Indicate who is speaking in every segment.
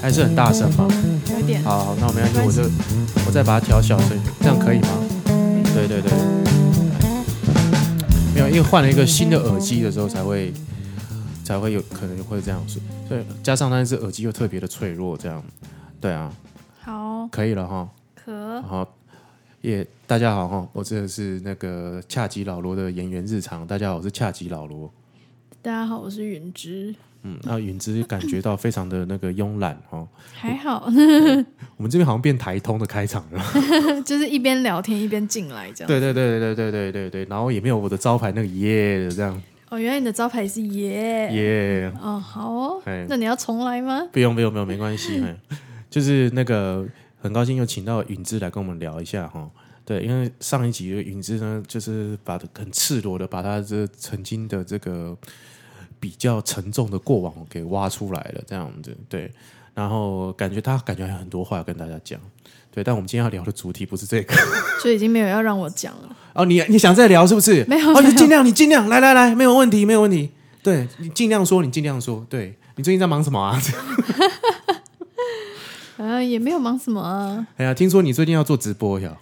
Speaker 1: 还是很大声吗？
Speaker 2: 有点
Speaker 1: 好，好，那我没关系，我就我再把它调小声，这样可以吗？对对对，没有，因为换了一个新的耳机的时候才会才会有可能会这样，所以所以加上那一只耳机又特别的脆弱，这样，对啊，
Speaker 2: 好
Speaker 1: 可以了哈。
Speaker 2: 可
Speaker 1: 好，也大家好哈，我这个是那个恰吉老罗的演员日常。大家好，我是恰吉老罗。
Speaker 2: 大家好，我是允之，
Speaker 1: 嗯，那允之感觉到非常的那个慵懒哈。
Speaker 2: 还好，
Speaker 1: 我们这边好像变台通的开场了。
Speaker 2: 就是一边聊天一边进来这样。
Speaker 1: 对对对对对对对对，然后也没有我的招牌那个耶的这样
Speaker 2: 哦，原来你的招牌是耶
Speaker 1: 耶。
Speaker 2: 哦，好哦
Speaker 1: 哎，
Speaker 2: 那你要重来吗？
Speaker 1: 不用不用不用，没关系。嘿就是那个很高兴又请到允之来跟我们聊一下哈。对，因为上一集的允之呢，就是把很赤裸的把他这曾经的这个比较沉重的过往给挖出来了，这样子对。然后感觉他感觉还有很多话要跟大家讲，对。但我们今天要聊的主题不是这个
Speaker 2: 就已经没有要让我讲了。
Speaker 1: 哦，你你想再聊是不是？
Speaker 2: 没有
Speaker 1: 哦，
Speaker 2: 没
Speaker 1: 你
Speaker 2: 有
Speaker 1: 尽量你尽量来来来，没有问题没有问题，对你尽量说你尽量说，对你最近在忙什么啊？
Speaker 2: 啊，也没有忙什么啊。
Speaker 1: 哎呀，听说你最近要做直播呀？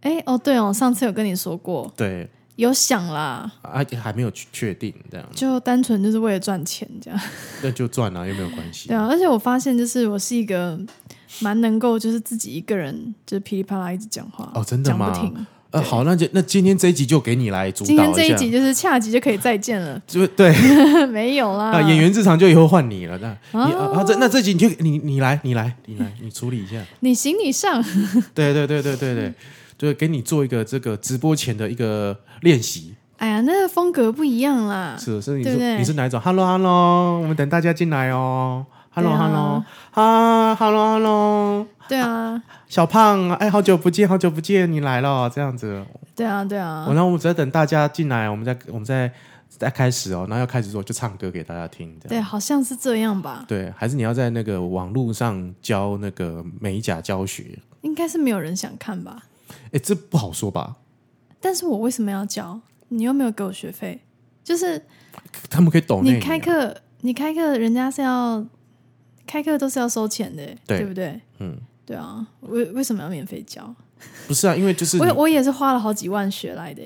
Speaker 2: 哎，哦对哦，上次有跟你说过，
Speaker 1: 对，
Speaker 2: 有想啦，
Speaker 1: 啊，还没有去确定这样，
Speaker 2: 就单纯就是为了赚钱这样。
Speaker 1: 那就赚了、又没有关系。
Speaker 2: 对啊，而且我发现就是我是一个蛮能够就是自己一个人就是噼里啪啦一直讲话
Speaker 1: 哦真的吗
Speaker 2: 讲不停。
Speaker 1: 呃，好，那就那今天这一集就给你来主导
Speaker 2: 今天这
Speaker 1: 一
Speaker 2: 一
Speaker 1: 下，
Speaker 2: 集就是恰集就可以再见了，
Speaker 1: 就对
Speaker 2: 没有啦。
Speaker 1: 啊，演员日常就以后换你了，那你啊啊这那这集你就你你来你来你来你处理一下，
Speaker 2: 你行你上，
Speaker 1: 对对对对对对，就给你做一个这个直播前的一个练习，
Speaker 2: 哎呀，那个风格不一样啦。
Speaker 1: 是是你
Speaker 2: 对
Speaker 1: 是
Speaker 2: 不对
Speaker 1: 你是哪一种？Hello Hello，我们等大家进来哦。Hello
Speaker 2: 对啊
Speaker 1: Hello 啊，Hello Hello，
Speaker 2: 对啊，
Speaker 1: 小胖，哎，好久不见，好久不见，你来了，这样子，
Speaker 2: 对啊，对
Speaker 1: 我
Speaker 2: 啊，
Speaker 1: 然后我们只要等大家进来，我们再我们再再开始哦。然后要开始做就唱歌给大家听，这
Speaker 2: 对，啊
Speaker 1: 样
Speaker 2: 好像是这样吧？
Speaker 1: 对，还是你要在那个网络上教那个美甲教学？
Speaker 2: 应该是没有人想看吧？
Speaker 1: 哎，这不好说吧？
Speaker 2: 但是我为什么要教？你又没有给我学费，就是
Speaker 1: 他们可以懂
Speaker 2: 你开，课，你开课，人家是要开课都是要收钱的，
Speaker 1: 对
Speaker 2: 不对？
Speaker 1: 嗯，
Speaker 2: 对啊，为为什么要免费教？
Speaker 1: 不是啊，因为就是
Speaker 2: 我
Speaker 1: 你
Speaker 2: 也我也是花了好几万学来的，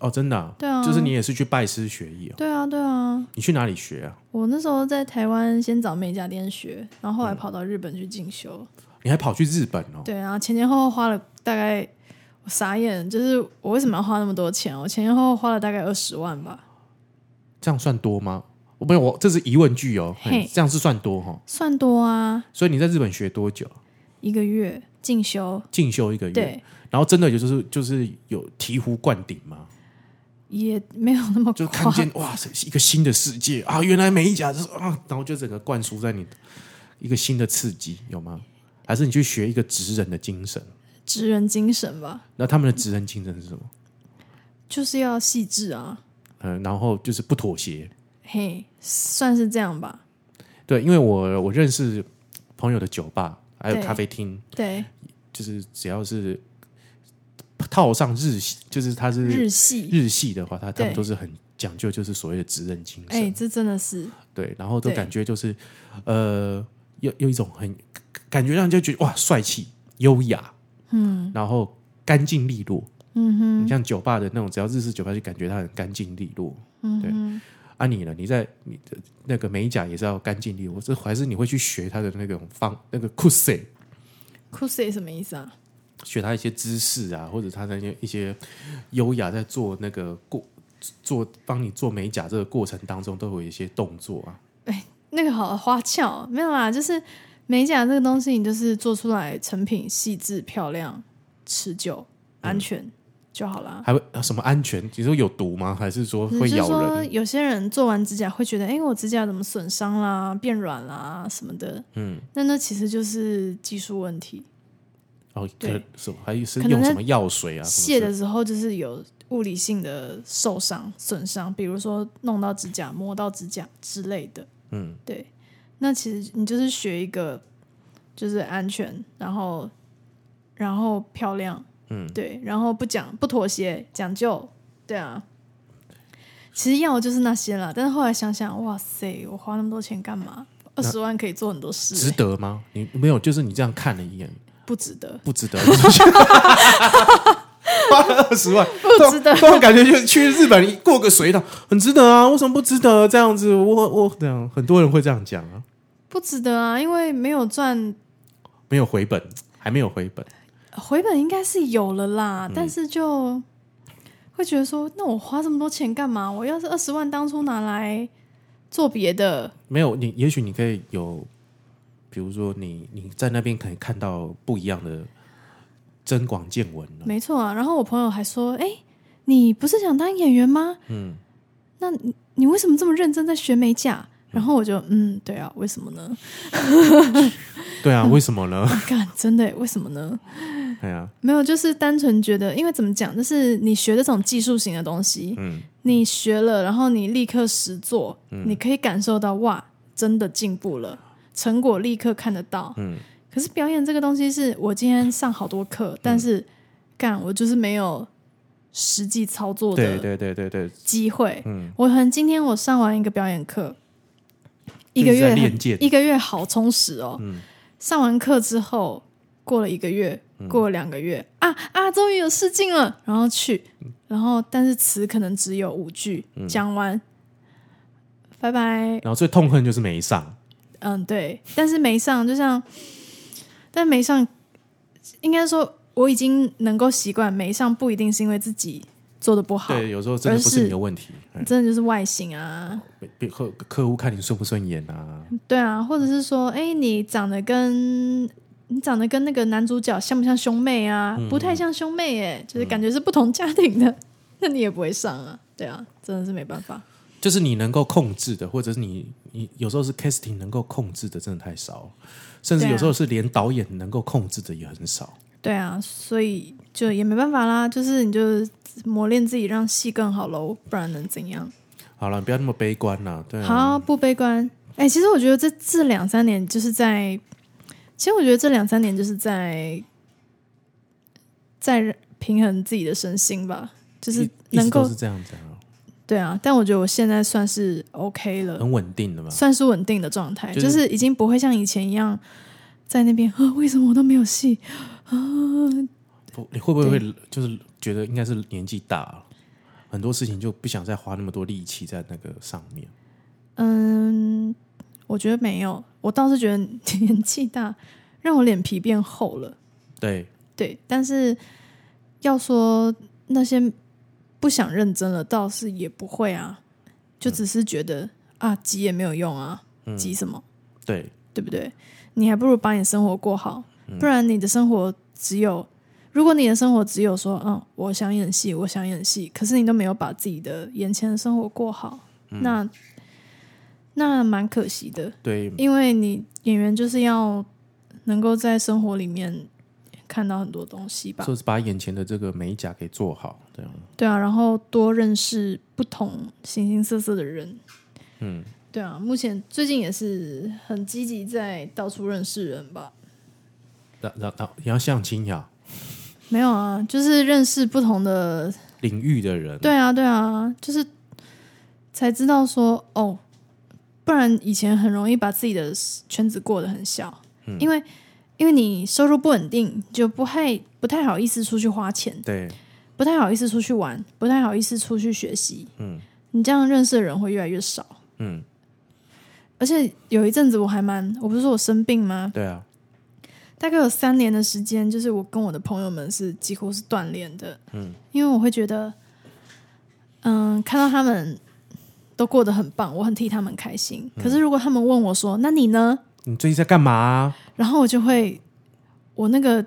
Speaker 1: 哦，真的啊、
Speaker 2: 对啊，
Speaker 1: 就是你也是去拜师学艺哦。
Speaker 2: 对啊，对啊，
Speaker 1: 你去哪里学啊？
Speaker 2: 我那时候在台湾先找美甲店学，然后
Speaker 1: 嗯
Speaker 2: 后来跑到日本去进修。
Speaker 1: 你还跑去日本哦？
Speaker 2: 对，然后前前后后花了大概，我傻眼，就是我为什么要花那么多钱？我前前后后花了大概二十万吧，
Speaker 1: 这样算多吗？我没有，我这是疑问句哦。嘿
Speaker 2: 嘿
Speaker 1: 这样是算多哈、哦。
Speaker 2: 算多啊，
Speaker 1: 所以你在日本学多久？
Speaker 2: 一个月进修，
Speaker 1: 进修一个月，
Speaker 2: 对，
Speaker 1: 然后真的有就是就是有醍醐灌顶吗？
Speaker 2: 也没有那么
Speaker 1: 就
Speaker 2: 夸
Speaker 1: 看见哇，是一个新的世界啊！原来美甲就是啊，然后就整个灌输在你一个新的刺激，有吗？还是你去学一个职人的精神？
Speaker 2: 职人精神吧，
Speaker 1: 那他们的职人精神是什么？
Speaker 2: 就是要细致啊，
Speaker 1: 嗯，然后就是不妥协。
Speaker 2: 嘿，算是这样吧，
Speaker 1: 对，因为我我认识朋友的酒吧还有
Speaker 2: 对
Speaker 1: 咖啡厅，
Speaker 2: 对，
Speaker 1: 就是只要是套上日系，就是他是
Speaker 2: 日系，
Speaker 1: 日系的话，他他们
Speaker 2: 对
Speaker 1: 都是很讲究，就是所谓的职人精神。
Speaker 2: 哎、这真的是
Speaker 1: 对，然后都
Speaker 2: 对
Speaker 1: 感觉就是呃，有有一种很感觉让人家觉得哇，帅气、优雅，嗯，然后干净利落，嗯哼，你像酒吧的那种，只要日式酒吧就感觉它很干净利落，嗯对。啊，你呢？你在你的那个美甲也是要干净利落，这还是你会去学他的那种方那个 c u s e
Speaker 2: c o s e 什么意思啊？
Speaker 1: 学他一些姿势啊，或者他的一些一些优雅在做那个过做帮你做美甲这个过程当中都有一些动作啊，
Speaker 2: 那个好花俏，哦没有啦，就是美甲这个东西，你就是做出来成品细致、漂亮、持久、安全、
Speaker 1: 嗯
Speaker 2: 就好啦。
Speaker 1: 还会啊什么安全？你说有毒吗？还是说会
Speaker 2: 嗯只是
Speaker 1: 咬
Speaker 2: 说
Speaker 1: 人？
Speaker 2: 有些人做完指甲会觉得，哎、我指甲怎么损伤啦、变软啦什么的。嗯，那那其实就是技术问题。
Speaker 1: 哦，可
Speaker 2: 对
Speaker 1: 什么？还是
Speaker 2: 可能
Speaker 1: 用
Speaker 2: 在
Speaker 1: 什么药水啊？什么
Speaker 2: 卸的时候就是有物理性的受伤、损伤，比如说弄到指甲、摸到指甲之类的。
Speaker 1: 嗯，
Speaker 2: 对。那其实你就是学一个，就是安全，然后然后漂亮，
Speaker 1: 嗯，
Speaker 2: 对，然后不讲不妥协，讲究，对啊。其实要的就是那些啦，但是后来想想，哇塞，我花那么多钱干嘛？二十万可以做很多事、
Speaker 1: 值
Speaker 2: 欸，
Speaker 1: 得吗？你没有，就是你这样看了一眼，
Speaker 2: 不值得？
Speaker 1: 不 值得。花了二十万，
Speaker 2: 不值得
Speaker 1: 突然感觉就去日本你过个水岛很值得啊，为什么不值得？这样子，我我这样，很多人会这样讲啊，
Speaker 2: 不值得啊，因为没有赚
Speaker 1: 没有回本，还没有回本，
Speaker 2: 回本，应该是有了啦，但是就会觉得说，那我花这么多钱干嘛？我要是二十万当初拿来做别的，
Speaker 1: 没有你，也许你可以有，比如说你你在那边可以看到不一样的增广见闻了。
Speaker 2: 没错啊。然后我朋友还说，哎、你不是想当演员吗？
Speaker 1: 嗯，
Speaker 2: 那你你为什么这么认真在学美甲？然后我就嗯，对啊，为什么呢？
Speaker 1: 对啊，为什么呢？
Speaker 2: 啊干、真的耶，为什么呢？
Speaker 1: 哎呀，
Speaker 2: 没有，就是单纯觉得，因为怎么讲，就是你学这种技术型的东西，
Speaker 1: 嗯，
Speaker 2: 你学了，然后你立刻实做，你可以感受到哇，真的进步了，成果立刻看得到。
Speaker 1: 嗯，
Speaker 2: 可是表演这个东西是我今天上好多课，但
Speaker 1: 嗯
Speaker 2: 是干我就是没有实际操作
Speaker 1: 对
Speaker 2: 的
Speaker 1: 对对对对，
Speaker 2: 机会。
Speaker 1: 嗯，
Speaker 2: 我可能今天我上完一个表演课，一个
Speaker 1: 就是在
Speaker 2: 月
Speaker 1: 练剑
Speaker 2: 一个月好充实哦。
Speaker 1: 嗯
Speaker 2: 上完课之后，过了一个月，
Speaker 1: 嗯
Speaker 2: 过了两个月、啊啊，终于有试镜了，然后去，
Speaker 1: 嗯
Speaker 2: 然后但是词可能只有五句，讲完，拜拜。
Speaker 1: 然后最痛恨就是没上，
Speaker 2: 嗯，对，但是没上，就像，但没上，应该说我已经能够习惯没上，不一定是因为自己做的不好，
Speaker 1: 对，有时候真的不
Speaker 2: 而
Speaker 1: 是
Speaker 2: 是
Speaker 1: 你的问题，哎
Speaker 2: 真的就是外形啊，
Speaker 1: 别客客户看你顺不顺眼啊，
Speaker 2: 对啊，或者是说，哎、你长得跟你长得跟那个男主角像不像兄妹啊？
Speaker 1: 嗯
Speaker 2: 不太像兄妹耶、就是感觉是不同家庭的， 那你也不会上啊。对啊，真的是没办法。
Speaker 1: 就是你能够控制的，或者是你你有时候是 casting 能够控制的，真的太少，甚至
Speaker 2: 对啊
Speaker 1: 有时候是连导演能够控制的也很少。
Speaker 2: 对啊，所以就也没办法啦，就是你就磨练自己，让戏更好喽，不然能怎样？
Speaker 1: 好了，你不要那么悲观啦，对啊，
Speaker 2: 好，不悲观。哎、其实我觉得这这两三年就是在，其实我觉得这两三年就是在在平衡自己的身心吧，就
Speaker 1: 一
Speaker 2: 是
Speaker 1: 一直
Speaker 2: 能够
Speaker 1: 都是这样子啊，
Speaker 2: 对啊，但我觉得我现在算是 OK 了，
Speaker 1: 很稳定的嘛。
Speaker 2: 算是稳定的状态，
Speaker 1: 就
Speaker 2: 就是是、已经不会像以前一样在那边啊，为什么我都没有戏啊？
Speaker 1: 不你会不会会就是觉得应该是年纪大了，很多事情就不想再花那么多力气在那个上面。
Speaker 2: 嗯，我觉得没有，我倒是觉得年纪大让我脸皮变厚了，
Speaker 1: 对，
Speaker 2: 对，但是要说那些不想认真了，倒是也不会啊，就只是觉得、啊，急也没有用啊，急什么？
Speaker 1: 对，
Speaker 2: 对不对？你还不如把你生活过好，不然你的生活只有，如果你的生活只有说，嗯，我想演戏，我想演戏，可是你都没有把自己的眼前的生活过好，那那蛮可惜的，
Speaker 1: 对，
Speaker 2: 因为你演员就是要能够在生活里面看到很多东西吧，
Speaker 1: 就是把眼前的这个美甲给做好，这样。
Speaker 2: 对啊，然后多认识不同形形色色的人。嗯，对啊，目前最近也是很积极在到处认识人吧。
Speaker 1: 然然然后你要相亲呀，
Speaker 2: 没有啊，就是认识不同的，
Speaker 1: 领域的人，
Speaker 2: 对啊，对啊，就是才知道说哦，不然以前很容易把自己的圈子过得很小，因为因为你收入不稳定，就不太不太好意思出去花钱，
Speaker 1: 对
Speaker 2: 不太好意思出去玩，不太好意思出去学习，
Speaker 1: 嗯
Speaker 2: 你这样认识的人会越来越少。
Speaker 1: 嗯，
Speaker 2: 而且有一阵子我还蛮，我不是说我生病吗？
Speaker 1: 对啊，
Speaker 2: 大概有三年的时间，就是我跟我的朋友们是几乎是断联的。嗯，因为我会觉得，嗯，看到他们都过得很棒，我很替他们开心。可是如果他们问我说：“那你呢
Speaker 1: 你最近在干嘛啊？”
Speaker 2: 然后我就会，我那个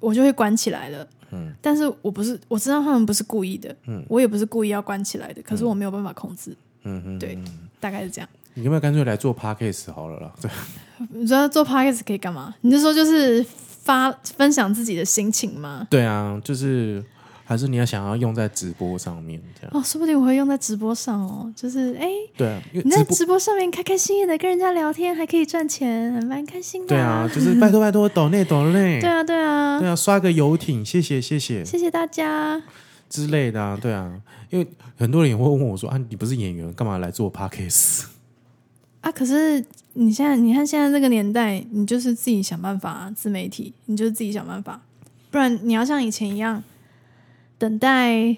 Speaker 2: 我就会关起来了。嗯，但是我不是，我知道他们不是故意的，嗯，我也不是故意要关起来的，可是我没有办法控制。
Speaker 1: 嗯嗯，
Speaker 2: 对，大概是这样。
Speaker 1: 你有没有干脆来做 podcast 好了啦？ 对，
Speaker 2: 你知道做 podcast 可以干嘛？你是说就是发分享自己的心情吗？
Speaker 1: 对啊，就是还是你要想要用在直播上面这样。
Speaker 2: 哦，说不定我会用在直播上哦。就是哎、
Speaker 1: 对啊，因为
Speaker 2: 你在
Speaker 1: 直播。
Speaker 2: 直播上面开开心心的跟人家聊天，还可以赚钱，还蛮开心
Speaker 1: 对
Speaker 2: 的、
Speaker 1: 啊，就是拜托拜托，抖内抖内，
Speaker 2: 对啊，对啊，
Speaker 1: 对啊，刷个游艇，谢谢谢谢
Speaker 2: 谢谢大家。
Speaker 1: 之类的啊，对啊，因为很多人也会问我说啊，你不是演员，干嘛来做 podcast？
Speaker 2: 啊，可是你现在，你看现在这个年代，你就是自己想办法、啊，自媒体，你就自己想办法，不然你要像以前一样等待，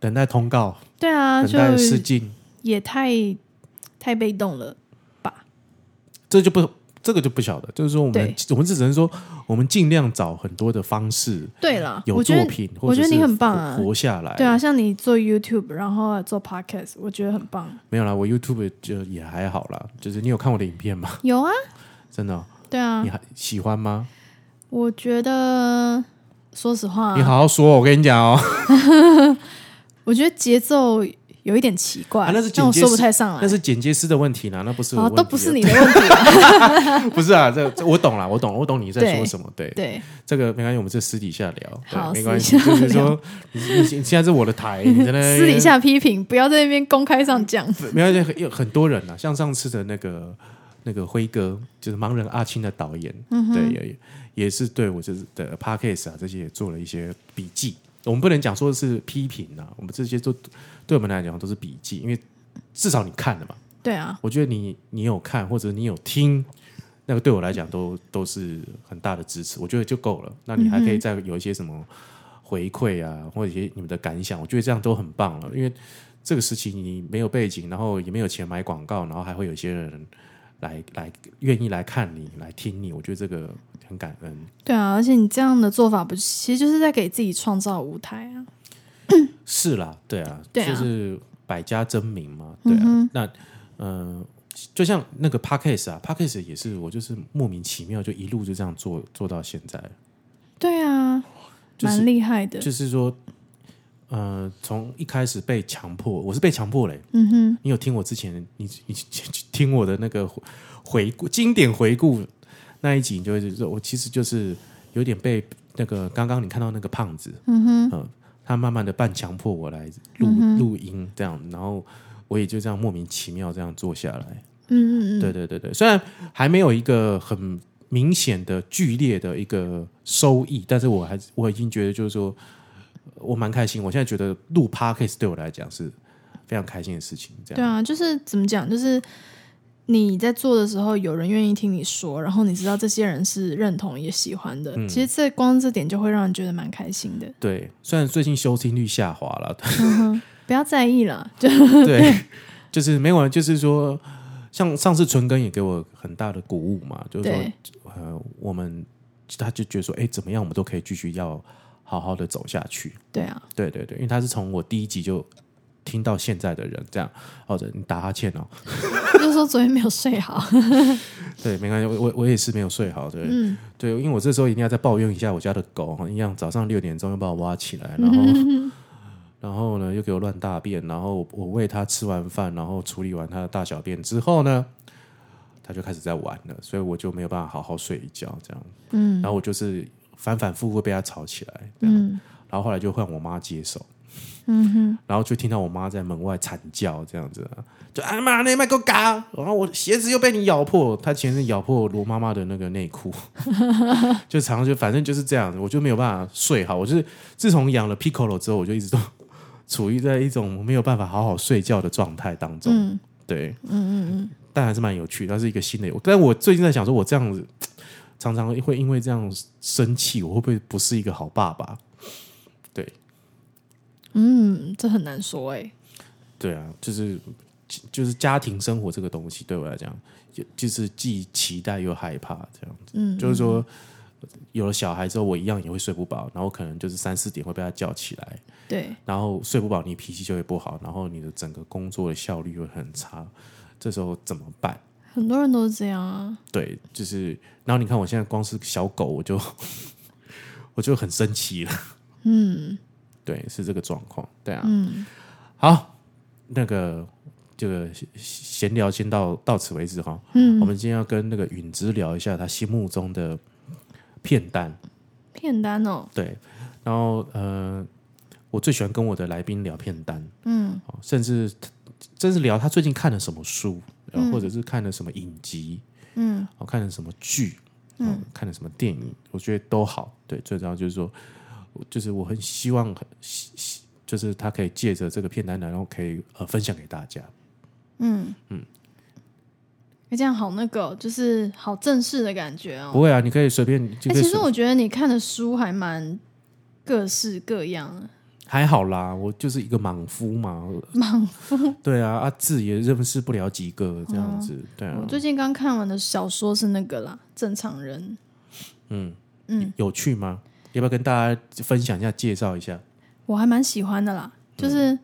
Speaker 1: 等待通告，
Speaker 2: 对啊，
Speaker 1: 等
Speaker 2: 就
Speaker 1: 待试镜，
Speaker 2: 也太太被动了吧？
Speaker 1: 这就不这个就不晓得，就是说我们
Speaker 2: 对
Speaker 1: 我们只能说我们尽量找很多的方式，
Speaker 2: 对了，
Speaker 1: 有
Speaker 2: 我觉
Speaker 1: 作
Speaker 2: 得
Speaker 1: 品，或
Speaker 2: 我觉
Speaker 1: 者
Speaker 2: 得
Speaker 1: 是
Speaker 2: 你很棒啊
Speaker 1: 活活下来。
Speaker 2: 对啊，，像你做 YouTube，然后做 Podcast，我觉得很棒。
Speaker 1: 没有啦，我 YouTube 就也还好啦，就是你有看我的影片吗？
Speaker 2: 有啊，
Speaker 1: 真的哦、
Speaker 2: 对啊
Speaker 1: 你，还喜欢吗？
Speaker 2: 我觉得说实话，
Speaker 1: 你好好说，我跟你讲哦。
Speaker 2: 我觉得节奏有一点奇怪，
Speaker 1: 啊那是
Speaker 2: 但我
Speaker 1: 剪接
Speaker 2: 说不
Speaker 1: 师
Speaker 2: 太上来
Speaker 1: 那。是剪接师的问题啦，那不是我
Speaker 2: 啊哦，
Speaker 1: 的问题啊
Speaker 2: 都不是你的问题啊，
Speaker 1: 不是啊，这这我懂了，我懂，我懂你在说
Speaker 2: 对
Speaker 1: 什么。对，
Speaker 2: 对，
Speaker 1: 这个没关系，我们这私底下聊，对
Speaker 2: 好
Speaker 1: 没关系，
Speaker 2: 私
Speaker 1: 就
Speaker 2: 底下
Speaker 1: 是说你你你现在是我的台，你在那 边
Speaker 2: 私底下批评，不要在那边公开上讲。
Speaker 1: 没关系，有很多人啊，像上次的那个那个辉哥，就是盲人阿青的导演，
Speaker 2: 嗯
Speaker 1: 对，也也是对我就是的 p a c k a s e 啊这些也做了一些笔记。我们不能讲说是批评啊，我们这些都对我们来讲都是笔记，因为至少你看了嘛。
Speaker 2: 对啊，
Speaker 1: 我觉得你你有看或者你有听，那个对我来讲都都是很大的支持，我觉得就够了。那你还可以再有一些什么回馈啊，或者一些你们的感想，我觉得这样都很棒了。因为这个时期你没有背景，然后也没有钱买广告，然后还会有一些人来来愿意来看你、来听你，我觉得这个很感恩。
Speaker 2: 对啊，而且你这样的做法不，其实就是在给自己创造舞台啊。
Speaker 1: 是啦，对啊，
Speaker 2: 对啊嗯
Speaker 1: 就是百家争鸣嘛，对啊。那呃，就像那个 Parkes 啊，Parkes 也是我就是莫名其妙就一路就这样做做到现在，
Speaker 2: 对啊，
Speaker 1: 就是
Speaker 2: 蛮厉害的。
Speaker 1: 就是说，呃，从一开始被强迫，我是被强迫嘞、
Speaker 2: 嗯哼，
Speaker 1: 你有听我之前，你你听我的那个回回顾经典回顾那一集，你就会说，我哦其实就是有点被那个刚刚你看到那个胖子，嗯哼，他慢慢的半强迫我来录、
Speaker 2: 嗯
Speaker 1: 录音这样，然后我也就这样莫名其妙这样做下来，
Speaker 2: 嗯嗯嗯，
Speaker 1: 对对对对，虽然还没有一个很明显的剧烈的一个收益，但是我还我已经觉得就是说我蛮开心，我现在觉得录 podcast 对我来讲是非常开心的事情，这样
Speaker 2: 对。啊，就是怎么讲，就是你在做的时候，有人愿意听你说，然后你知道这些人是认同也喜欢的，
Speaker 1: 嗯
Speaker 2: 其实这光这点就会让人觉得蛮开心的。
Speaker 1: 对，虽然最近收听率下滑了，
Speaker 2: 不要在意啦，就
Speaker 1: 对，就是没有啊，就是说，像上次纯根也给我很大的鼓舞嘛，就是说
Speaker 2: 对，
Speaker 1: 呃，我们他就觉得说，哎，怎么样，我们都可以继续要好好的走下去。
Speaker 2: 对啊，
Speaker 1: 对对对，因为他是从我第一集就听到现在的人这样，或者你打哈欠哦，
Speaker 2: 就说昨天没有睡好。
Speaker 1: 对，没关系，我我我也是没有睡好，对、
Speaker 2: 嗯，
Speaker 1: 对，因为我这时候一定要再抱怨一下我家的狗，一样早上六点钟又把我挖起来，然 后。然后呢，又给我乱大便，然后我喂它吃完饭，然后处理完它的大小便之后呢，它就开始在玩了，所以我就没有办法好好睡一觉，这样，嗯，然后我就是反反复复被它吵起来，这样，然后后来就换我妈接手，嗯哼，然后就听到我妈在门外惨叫，这样子，就哎妈，你卖给我嘎，然后我鞋子又被你咬破，它前阵咬破罗妈妈的那个内裤， 就常常就反正就是这样，我就没有办法睡好，我就是自从养了 Piccolo 之后，我就一直都。 处于在一种没有办法好好睡觉的状态当中。对，嗯嗯嗯，但还是蛮有趣，它是一个新的。但我最近在想，说我这样子常常会因为这样生气，我会不会不是一个好爸爸？
Speaker 2: 嗯，这很难说哎、
Speaker 1: 对啊，就是就是家庭生活这个东西对我来讲，就就是既期待又害怕这样子。
Speaker 2: 嗯，
Speaker 1: 就是说。有了小孩之后，我一样也会睡不饱，然后可能就是三四点会被他叫起来，
Speaker 2: 对，
Speaker 1: 然后睡不饱，你脾气就会不好，然后你的整个工作的效率会很差，这时候怎么办？
Speaker 2: 很多人都是这样啊。
Speaker 1: 对，就是，然后你看我现在光是小狗，我就 我就很生气了。
Speaker 2: 嗯，
Speaker 1: 对，是这个状况。对啊，
Speaker 2: 嗯，
Speaker 1: 好，那个这个闲聊先到到此为止哈。
Speaker 2: 嗯，
Speaker 1: 我们今天要跟那个允之聊一下他心目中的片单。
Speaker 2: 片单哦，
Speaker 1: 对，然后呃，我最喜欢跟我的来宾聊片单，嗯，甚至甚至聊他最近看了什么书，呃
Speaker 2: 嗯
Speaker 1: 或者是看了什么影集，嗯，哦，看了什么剧，嗯，看了什么电影，我觉得都好。对，最重要就是说，就是我很希望很希希就是他可以借着这个片单，然后可以呃分享给大家。
Speaker 2: 哎这样好那个哦，就是好正式的感觉哦。
Speaker 1: 不会啊，你可以随便就
Speaker 2: 哎、
Speaker 1: 可以
Speaker 2: 其
Speaker 1: 随
Speaker 2: 实我觉得你看的书还蛮各式各样的，
Speaker 1: 还好啦，我就是一个莽夫嘛，
Speaker 2: 蛮
Speaker 1: 对啊，啊字也认识不了几个这样子，对啊
Speaker 2: 我，最近刚看完的小说是那个啦，《正常人》。嗯
Speaker 1: 有趣吗？要不要跟大家分享一下、介绍一下
Speaker 2: 我还蛮喜欢的啦，就是、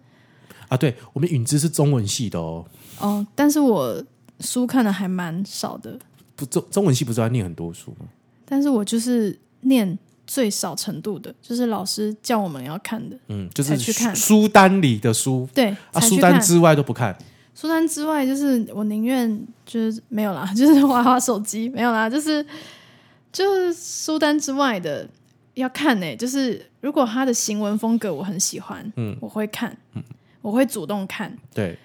Speaker 1: 啊？对我们允之是中文系的哦，
Speaker 2: 哦，但是我书看的还蛮少的，
Speaker 1: 不中中文系不是要念很多书吗？
Speaker 2: 但是我就是念最少程度的，就是老师叫我们要看的，
Speaker 1: 嗯，就
Speaker 2: 才
Speaker 1: 是
Speaker 2: 去看
Speaker 1: 书书单里的书
Speaker 2: 对，
Speaker 1: 啊，
Speaker 2: 才
Speaker 1: 书
Speaker 2: 去
Speaker 1: 单
Speaker 2: 看。
Speaker 1: 之外都不看。
Speaker 2: 书单之外，就是我宁愿就是没有啦，就是滑滑手机没有啦，就是就是书单之外的要看呢、欸就是如果他的行文风格我很喜欢，嗯，我会看，嗯，我会主动
Speaker 1: 嗯
Speaker 2: 看。
Speaker 1: 对，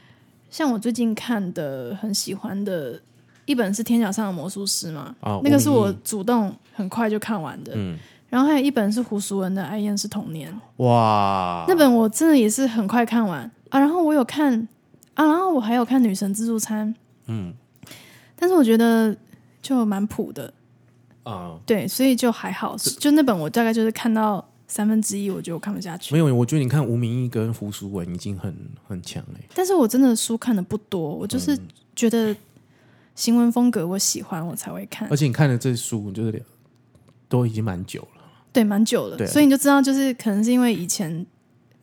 Speaker 2: 像我最近看的很喜欢的一本是《天桥上的魔术师》嘛，
Speaker 1: 啊
Speaker 2: 那个是
Speaker 1: 吴
Speaker 2: 我
Speaker 1: 明义
Speaker 2: 主动很快就看完的。
Speaker 1: 嗯，啊
Speaker 2: 然后还有一本是胡淑文的《爱燕是童年》，
Speaker 1: 哇，
Speaker 2: 那本我真的也是很快看完啊。然后我有看啊，然后我还有看《女神自助餐》，嗯，但是我觉得就蛮普的，
Speaker 1: 啊、
Speaker 2: 对，所以就还好。就那本我大概就是看到三分之一，我就看不下去
Speaker 1: 没。有，我觉得你看吴明义跟胡淑文已经很很强欸嘞、
Speaker 2: 但是我真的书看的不多，我就是
Speaker 1: 嗯
Speaker 2: 觉得行文风格我喜欢，我才会看
Speaker 1: 而。且你看了这书，你就是都已经蛮久了。
Speaker 2: 对，蛮久
Speaker 1: 对
Speaker 2: 了，所以你就知道，就是可能是因为以前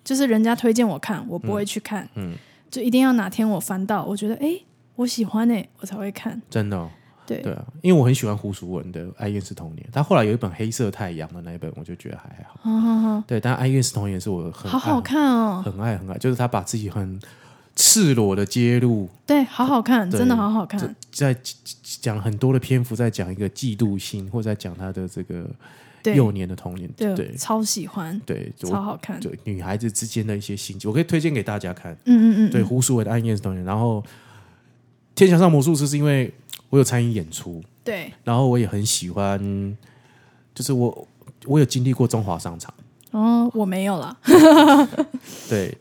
Speaker 2: 就是人家推荐我看，我不会去看，
Speaker 1: 嗯
Speaker 2: 就一定要哪天我翻到，我觉得哎、诶我喜欢哎、我才会看。
Speaker 1: 真的、哦，
Speaker 2: 对
Speaker 1: 对啊，因为我很喜欢胡淑文的《哀怨是童年》，他后来有一本《黑色太阳》的那一本，我就觉得还好。对，但《哀怨是童年》是我很
Speaker 2: 好好
Speaker 1: 爱、
Speaker 2: 看哦，
Speaker 1: 很爱、很爱，就是他把自己很赤裸的揭露，
Speaker 2: 对，好好看，
Speaker 1: 对
Speaker 2: 真的好好看。
Speaker 1: 在讲很多的篇幅，在讲一个嫉妒心，或在讲他的这个
Speaker 2: 对，
Speaker 1: 幼年的童年，
Speaker 2: 对，
Speaker 1: 对
Speaker 2: 超喜欢，
Speaker 1: 对，我
Speaker 2: 超好看。
Speaker 1: 对女孩子之间的一些心机，我可以推荐给大家看。
Speaker 2: 嗯嗯嗯，
Speaker 1: 对，胡淑文的《暗夜是童年》，然后《天桥上魔术师》是因为我有参与演出，
Speaker 2: 对，
Speaker 1: 然后我也很喜欢，就是我我有经历过中华商场，
Speaker 2: 然后哦我没有啦，
Speaker 1: 对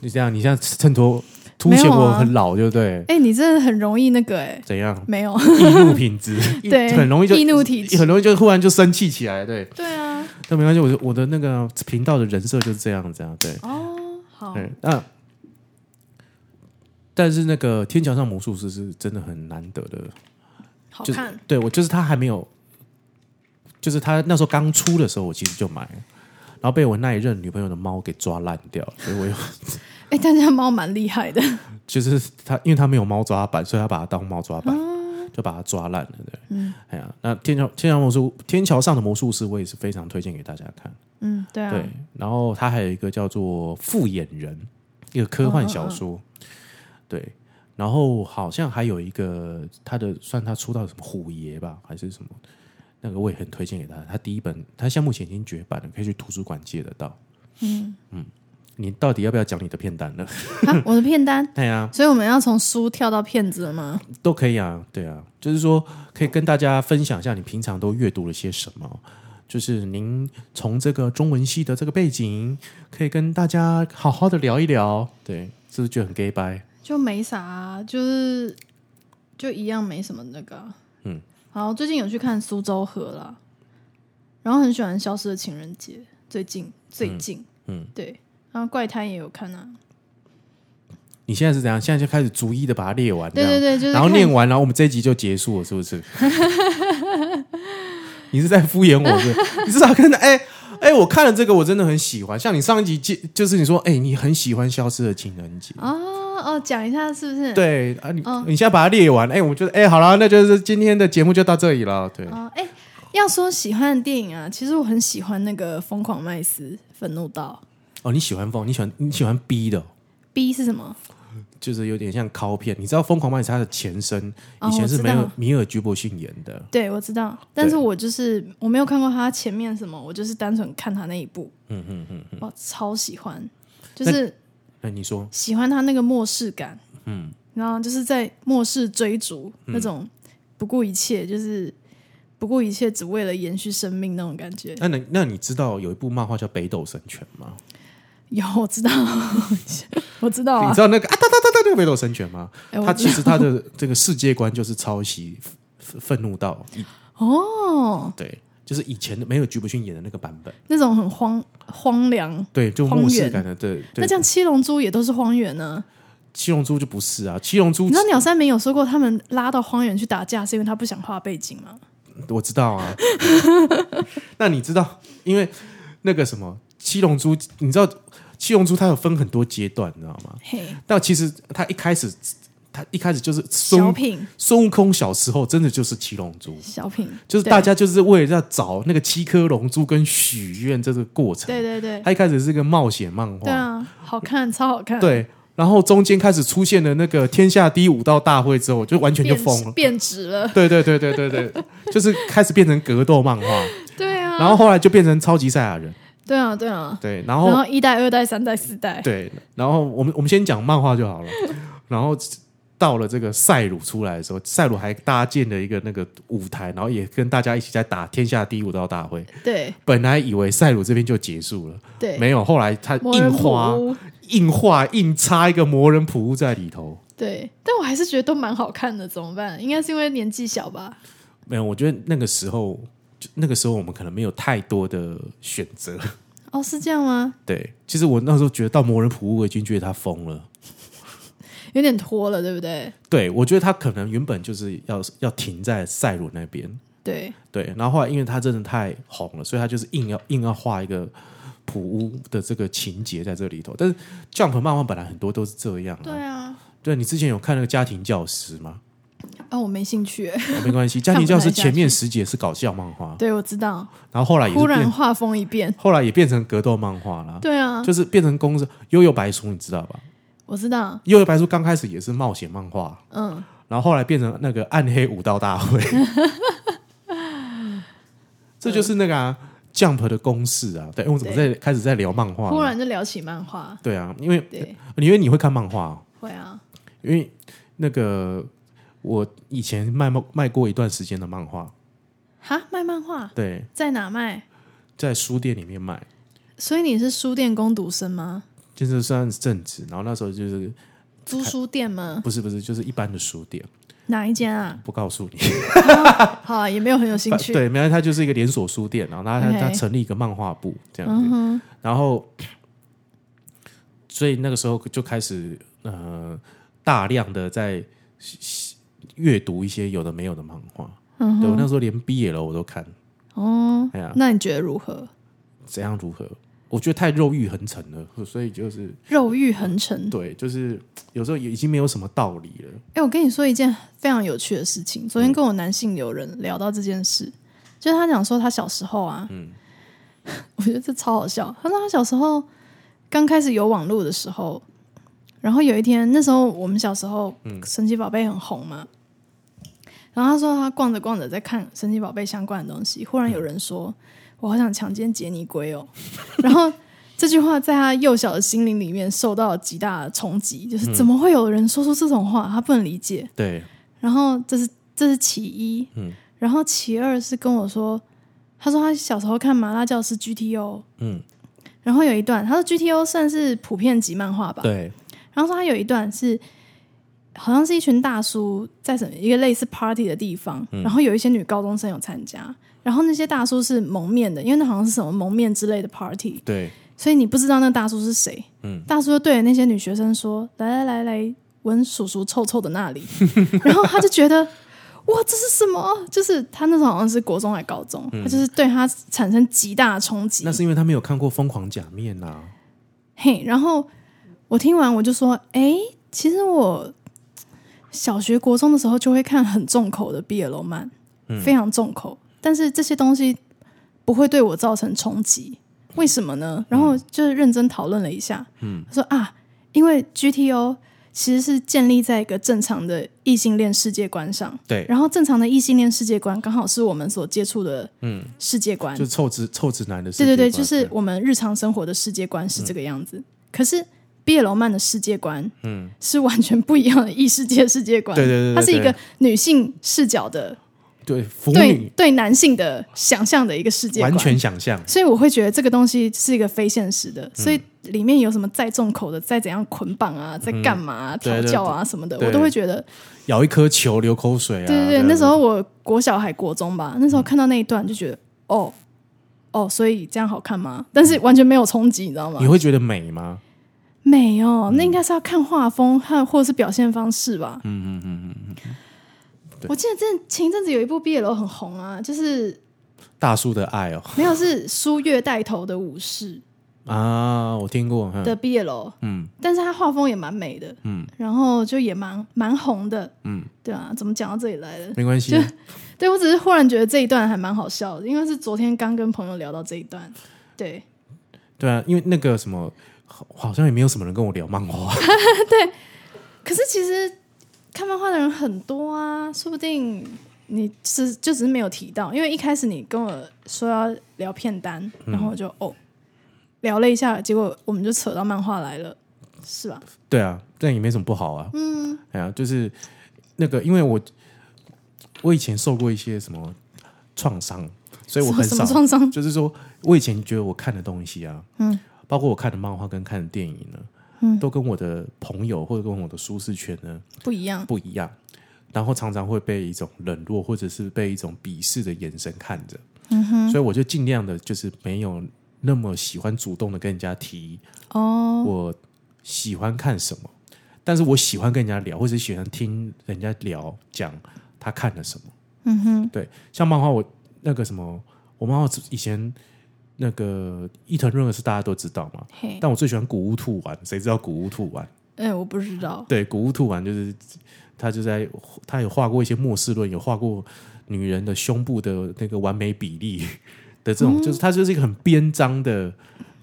Speaker 1: 你这样，你这样衬托凸显
Speaker 2: 没有啊
Speaker 1: 我很老，对不对？
Speaker 2: 哎、你真的很容易那个哎、诶？
Speaker 1: 怎样
Speaker 2: 没有，
Speaker 1: 易怒品质，
Speaker 2: 对
Speaker 1: 很容易就
Speaker 2: 易怒体质
Speaker 1: 很容易就忽然就生气起来，对。
Speaker 2: 对啊，
Speaker 1: 但没关系，我就我的那个频道的人设就是这样，这样对。
Speaker 2: 哦，好，
Speaker 1: 对，那但是那个天桥上魔术师是真的很难得的，
Speaker 2: 好
Speaker 1: 就是
Speaker 2: 看，
Speaker 1: 对我就是他还没有，就是他那时候刚出的时候，我其实就买了，然后被我那一任女朋友的猫给抓烂掉，所以我有
Speaker 2: 哎、大家猫蛮厉害的，
Speaker 1: 就是他，因为他没有猫抓板，所以他把它当猫抓板，
Speaker 2: 啊
Speaker 1: 就把它抓烂了。对，嗯，哎呀，那天桥天桥魔术天桥上的魔术师，我也是非常推荐给大家看。
Speaker 2: 嗯，对啊，
Speaker 1: 对， 然后他还有一个叫做《复眼人》，一个科幻小说。
Speaker 2: 哦
Speaker 1: 对，然后好像还有一个他的算他出道什么虎爷吧，还是什么？那个我也很推荐给他。他第一本，他现在目前已经绝版了，可以去图书馆借得到。
Speaker 2: 嗯
Speaker 1: 你到底要不要讲你的片单呢？
Speaker 2: 啊，我的片单，
Speaker 1: 对呀、
Speaker 2: 所以我们要从书跳到片子了吗？
Speaker 1: 都可以啊，对啊，就是说可以跟大家分享一下你平常都阅读了些什么。就是您从这个中文系的这个背景，可以跟大家好好的聊一聊，对，是不是就很 gay 掰？
Speaker 2: 就没啥、啊就是就一样没什么那个啊、
Speaker 1: 嗯，
Speaker 2: 好，最近有去看苏州河啦，然后很喜欢《消失的情人节》，最近最近，
Speaker 1: 嗯
Speaker 2: 对，然后怪胎也有看啊，
Speaker 1: 你现在是怎样？现在就开始逐一的把它列 完，
Speaker 2: 对
Speaker 1: 这样
Speaker 2: 对对，就是
Speaker 1: 然后
Speaker 2: 看
Speaker 1: 念完，然后我们这一集就结束了，是不是？ 你是在敷衍我是不是？你至少跟哎哎，我看了这个，我真的很喜欢。像你上一集就就是你说，哎，你很喜欢《消失的情人节》
Speaker 2: 哦哦，讲一下是不是？
Speaker 1: 对啊，你、
Speaker 2: 嗯
Speaker 1: 你现在把它列完，哎、我们觉得哎、好了，那就是今天的节目就到这里了。对，
Speaker 2: 哦，哎、要说喜欢的电影啊，其实我很喜欢那个《疯狂麦斯》《愤怒到
Speaker 1: 哦，你喜欢风，你喜欢你喜欢 B 的哦，
Speaker 2: B 是什么？
Speaker 1: 就是有点像拷片。你知道《疯狂麦斯》它的前身
Speaker 2: 哦
Speaker 1: 以前
Speaker 2: 我
Speaker 1: 是
Speaker 2: 知
Speaker 1: 没有、
Speaker 2: 道
Speaker 1: 米尔居伯逊演的，
Speaker 2: 对，我知道，但是我就是我没有看过他前面什么，我就是单纯看他那一部，嗯嗯嗯，我超喜欢，就是
Speaker 1: 那你说
Speaker 2: 喜欢他那个末世感，嗯，然后就是在末世追逐、那种不顾一切，就是不顾一切只为了延续生命那种感觉，
Speaker 1: 那你那你知道有一部漫画叫《北斗神拳》吗？
Speaker 2: 有，我知道， 我知道
Speaker 1: 你
Speaker 2: 啊
Speaker 1: 知。道那个啊哒哒哒哒那个北斗神拳吗？
Speaker 2: 哎我
Speaker 1: 他
Speaker 2: 知
Speaker 1: 其实他的 这个世界观就是抄袭愤愤怒到
Speaker 2: 哦，
Speaker 1: 对，就是以前的没有菊不逊演的那个版本，
Speaker 2: 那种很荒荒凉。
Speaker 1: 对，就
Speaker 2: 荒
Speaker 1: 末世
Speaker 2: 原
Speaker 1: 感的，对对
Speaker 2: 那这。样七龙珠也都是荒原呢、
Speaker 1: 七龙珠就不是啊，七龙珠
Speaker 2: 你知道鸟山明有说过，他们拉到荒原去打架是因为他不想画背景吗？
Speaker 1: 我知道啊。那你知道，因为那个什么七龙珠，你知道七龙珠它有分很多阶段，你知道吗？
Speaker 2: 嘿，
Speaker 1: 但其实它一开始，它一开始就是孙
Speaker 2: 小
Speaker 1: 悟
Speaker 2: 品，
Speaker 1: 孙悟空小时候真的就是七龙珠，
Speaker 2: 小品，
Speaker 1: 就是大家就是为了要找那个七颗龙珠跟许愿这个过程。
Speaker 2: 对对对
Speaker 1: 它一开始是个冒险漫画，
Speaker 2: 对啊，好看，超好看，，
Speaker 1: 对然后中间开始出现了那个天下第一武道大会之后，就完全就
Speaker 2: 变
Speaker 1: 疯了。
Speaker 2: 变直了，
Speaker 1: 对对对对对对，就是开始变成格斗漫画，
Speaker 2: 对啊，
Speaker 1: 然后后来就变成超级赛亚人，
Speaker 2: 对啊对啊，
Speaker 1: 对，然
Speaker 2: 然
Speaker 1: 后
Speaker 2: 后一代、二代、三代、四代，
Speaker 1: 对，然后我们我们先讲漫画就 好了，然后到了这个赛鲁出来的时候，赛鲁还搭建了一个那个舞台，然后也跟大家一起在打天下第一武道大会。
Speaker 2: 对
Speaker 1: 本来以为赛鲁这边就结束了，
Speaker 2: 对，
Speaker 1: 没有，后来他
Speaker 2: 魔人
Speaker 1: 硬花
Speaker 2: 普乌
Speaker 1: 硬画硬插一个魔人普乌在里头。
Speaker 2: 对，但我还是觉得都蛮好看的，怎么办？应该是因为年纪小吧？
Speaker 1: 没有，我觉得那个时候，就那个时候我们可能没有太多的选择。
Speaker 2: 哦，是这样吗？
Speaker 1: 对，其实我那时候觉得到魔人普乌，我已经觉得他疯了。
Speaker 2: 有点拖了，对不对？
Speaker 1: 对，我觉得他可能原本就是要要停在赛鲁那边，
Speaker 2: 对，
Speaker 1: 对，然后后来因为他真的太红了，所以他就是硬要硬要画一个普乌的这个情节在这里头。但是 Jump 漫画本来很多都是这样、啊，
Speaker 2: 对啊，
Speaker 1: 对你之前有看那个家庭教师吗？
Speaker 2: 啊，我没兴趣。
Speaker 1: 啊没关系，家庭教师前面十节是搞笑漫画，
Speaker 2: 对，我知道，
Speaker 1: 然后后来也
Speaker 2: 忽
Speaker 1: 是
Speaker 2: 然
Speaker 1: 变，
Speaker 2: 画风一变。
Speaker 1: 后来也变成格斗漫画啦，
Speaker 2: 对啊，
Speaker 1: 就是变成公司悠悠白书，你知道吧？
Speaker 2: 我知道。
Speaker 1: 悠悠白书刚开始也是冒险漫画，
Speaker 2: 嗯，
Speaker 1: 然后后来变成那个暗黑武道大 会，这就是那个啊、Jump 的公式啊。对，我怎么在开始在聊漫画了？
Speaker 2: 忽然就聊起漫画。
Speaker 1: 对啊，因为
Speaker 2: 对，
Speaker 1: 因为你会看漫画哦、
Speaker 2: 会啊。
Speaker 1: 因为那个我以前卖卖过一段时间的漫画，
Speaker 2: 哈，卖漫画
Speaker 1: 对，
Speaker 2: 在哪卖？
Speaker 1: 在书店里面卖，
Speaker 2: 所以你是书店攻读生吗？
Speaker 1: 就是算是正职。然后那时候
Speaker 2: 嗯
Speaker 1: 就是
Speaker 2: 租书店吗？
Speaker 1: 不是不是就是一般的书店，
Speaker 2: 哪一间啊？
Speaker 1: 不告诉你。
Speaker 2: 好啊，也没有很有兴趣。
Speaker 1: 对，没有，它就是一个连锁书店，然后它它
Speaker 2: OK
Speaker 1: 它成立一个漫画部这样子。
Speaker 2: 嗯哼，
Speaker 1: 然后，所以那个时候就开始呃，大量的在阅读一些有的没有的漫画。
Speaker 2: 嗯
Speaker 1: 对我那时候连 BL 我都看，
Speaker 2: 哦
Speaker 1: 哎呀，
Speaker 2: 那你觉得如何？
Speaker 1: 怎样如何？我觉得太肉欲横陈了，所以就是
Speaker 2: 肉欲横陈。
Speaker 1: 对，就是有时候也已经没有什么道理了。
Speaker 2: 哎、我跟你说一件非常有趣的事情。昨天跟我男性友人聊到这件事，就是他讲说他小时候啊， 我觉得这超好笑。他说他小时候刚开始有网络的时候，然后有一天，那时候我们小时候神奇宝贝很红嘛，然后他说他逛着逛着在看神奇宝贝相关的东西，忽然有人说：“我好想强奸杰尼龟哦。”然后这句话在他幼小的心灵里面受到了极大的冲击，
Speaker 1: 嗯
Speaker 2: 就是怎么会有人说出这种话？他不能理解。
Speaker 1: 对，
Speaker 2: 然后这是这是其一，
Speaker 1: 嗯
Speaker 2: 然后其二是跟我说，他说他小时候看《麻辣教师 GTO》，
Speaker 1: 嗯，
Speaker 2: 然后有一段他说 GTO 算是普遍级漫画吧，
Speaker 1: 对，
Speaker 2: 然后说他有一段是好像是一群大叔在什么一个类似 party 的地方，
Speaker 1: 嗯
Speaker 2: 然后有一些女高中生有参加，然后那些大叔是蒙面的，因为那好像是什么蒙面之类的 party，
Speaker 1: 对，
Speaker 2: 所以你不知道那大叔是谁。
Speaker 1: 嗯
Speaker 2: 大叔就对着那些女学生说：“来来来来，闻叔叔臭臭的那里。” 然后他就觉得。哇，这是什么？就是他那时候好像是国中还高中，他就是对他产生极大的冲
Speaker 1: 嗯
Speaker 2: 击。
Speaker 1: 那是因为他没有看过《疯狂假面》啊呐、
Speaker 2: 嘿，然后我听完我就说，哎，其实我小学、国中的时候就会看很重口的 BL 漫，非常重口，但是这些东西不会对我造成冲击，为什么呢？然后就是认真讨论了一下，嗯，说啊，因为 GTO 其实是建立在一个正常的异性恋世界观上。
Speaker 1: 对，
Speaker 2: 然后正常的异性恋世界观刚好是我们所接触的世界观，
Speaker 1: 就是臭直臭直男的世界观。
Speaker 2: 对
Speaker 1: 嗯
Speaker 2: 对对，就是我们日常生活的世界观是这个样子。可是毕业罗曼的世界观，嗯，是完全不一样的异世界世界观。
Speaker 1: 对对对对
Speaker 2: 它是一个女性视角的
Speaker 1: 对腐
Speaker 2: 对
Speaker 1: 女
Speaker 2: 对男性的想象的一个世界观
Speaker 1: 完。全嗯想象，
Speaker 2: 所以我会觉得这个东西是一个非现实的，所以里面有什么再重口的，再怎样捆绑啊，在干嘛啊、
Speaker 1: 嗯对
Speaker 2: 调
Speaker 1: 对
Speaker 2: 教啊什么的，
Speaker 1: 对
Speaker 2: 我都会觉得，
Speaker 1: 咬一颗球流口水啊。
Speaker 2: 对对
Speaker 1: 这
Speaker 2: 对。
Speaker 1: 样
Speaker 2: 那时候我国小还国中
Speaker 1: 嗯
Speaker 2: 吧，那时候看到那一段就觉得，哦哦，所以这样好看吗？但是完全没有冲击，你知道吗
Speaker 1: 你？会觉得美吗？
Speaker 2: 没有，那应该是要看画风和或者是表现方式吧。嗯嗯嗯嗯
Speaker 1: 对
Speaker 2: 我记得这前一阵子有一部 BL 很红啊，就是
Speaker 1: 大叔的爱哦
Speaker 2: 没有是苏月带头的武士
Speaker 1: 啊，我听过，嗯
Speaker 2: 的 BL，
Speaker 1: 嗯，
Speaker 2: 但是他画风也蛮美的，嗯，然后就也蛮蛮红的，嗯，对啊，怎么讲到这里来了？
Speaker 1: 没关系。
Speaker 2: 对我只是忽然觉得这一段还蛮好笑的，因为是昨天刚跟朋友聊到这一段，对，
Speaker 1: 对啊，因为那个什么，好好像也没有什么人跟我聊漫画。
Speaker 2: 可是其实看漫画的人很多啊，说不定你是就只是没有提到，因为一开始你跟我说要聊片单，
Speaker 1: 嗯
Speaker 2: 然后我就、哦聊了一下，结果我们就扯到漫画来了，是吧？
Speaker 1: 对啊，但也没什么不好啊。嗯，哎呀、就是那个，因为我我以前受过一些什么创伤，所以我很
Speaker 2: 什
Speaker 1: 少
Speaker 2: 么，创伤？
Speaker 1: 就是说我以前觉得我看的东西啊，嗯，包括我看的漫画跟看的电影呢，嗯，都跟我的朋友或者跟我的舒适圈呢
Speaker 2: 不一样，
Speaker 1: 不一样，然后常常会被一种冷落或者是被一种鄙视的眼神看着。嗯哼，所以我就尽量的，就是没有那么喜欢主动的跟人家提哦，我喜欢看什么，但是我喜欢跟人家聊，或者喜欢听人家聊讲他看了什么。嗯哼，对，像漫画我那个什么，我漫画以前。那个伊藤润二是大家都知道嘛，
Speaker 2: 嘿，
Speaker 1: 但我最喜欢古屋兔丸，谁知道古屋兔丸？
Speaker 2: 哎、我不知道，
Speaker 1: 对，古屋兔丸就是他就在他有画过一些末世论，有画过女人的胸部的那个完美比例的这种，就是他就是一个很边章的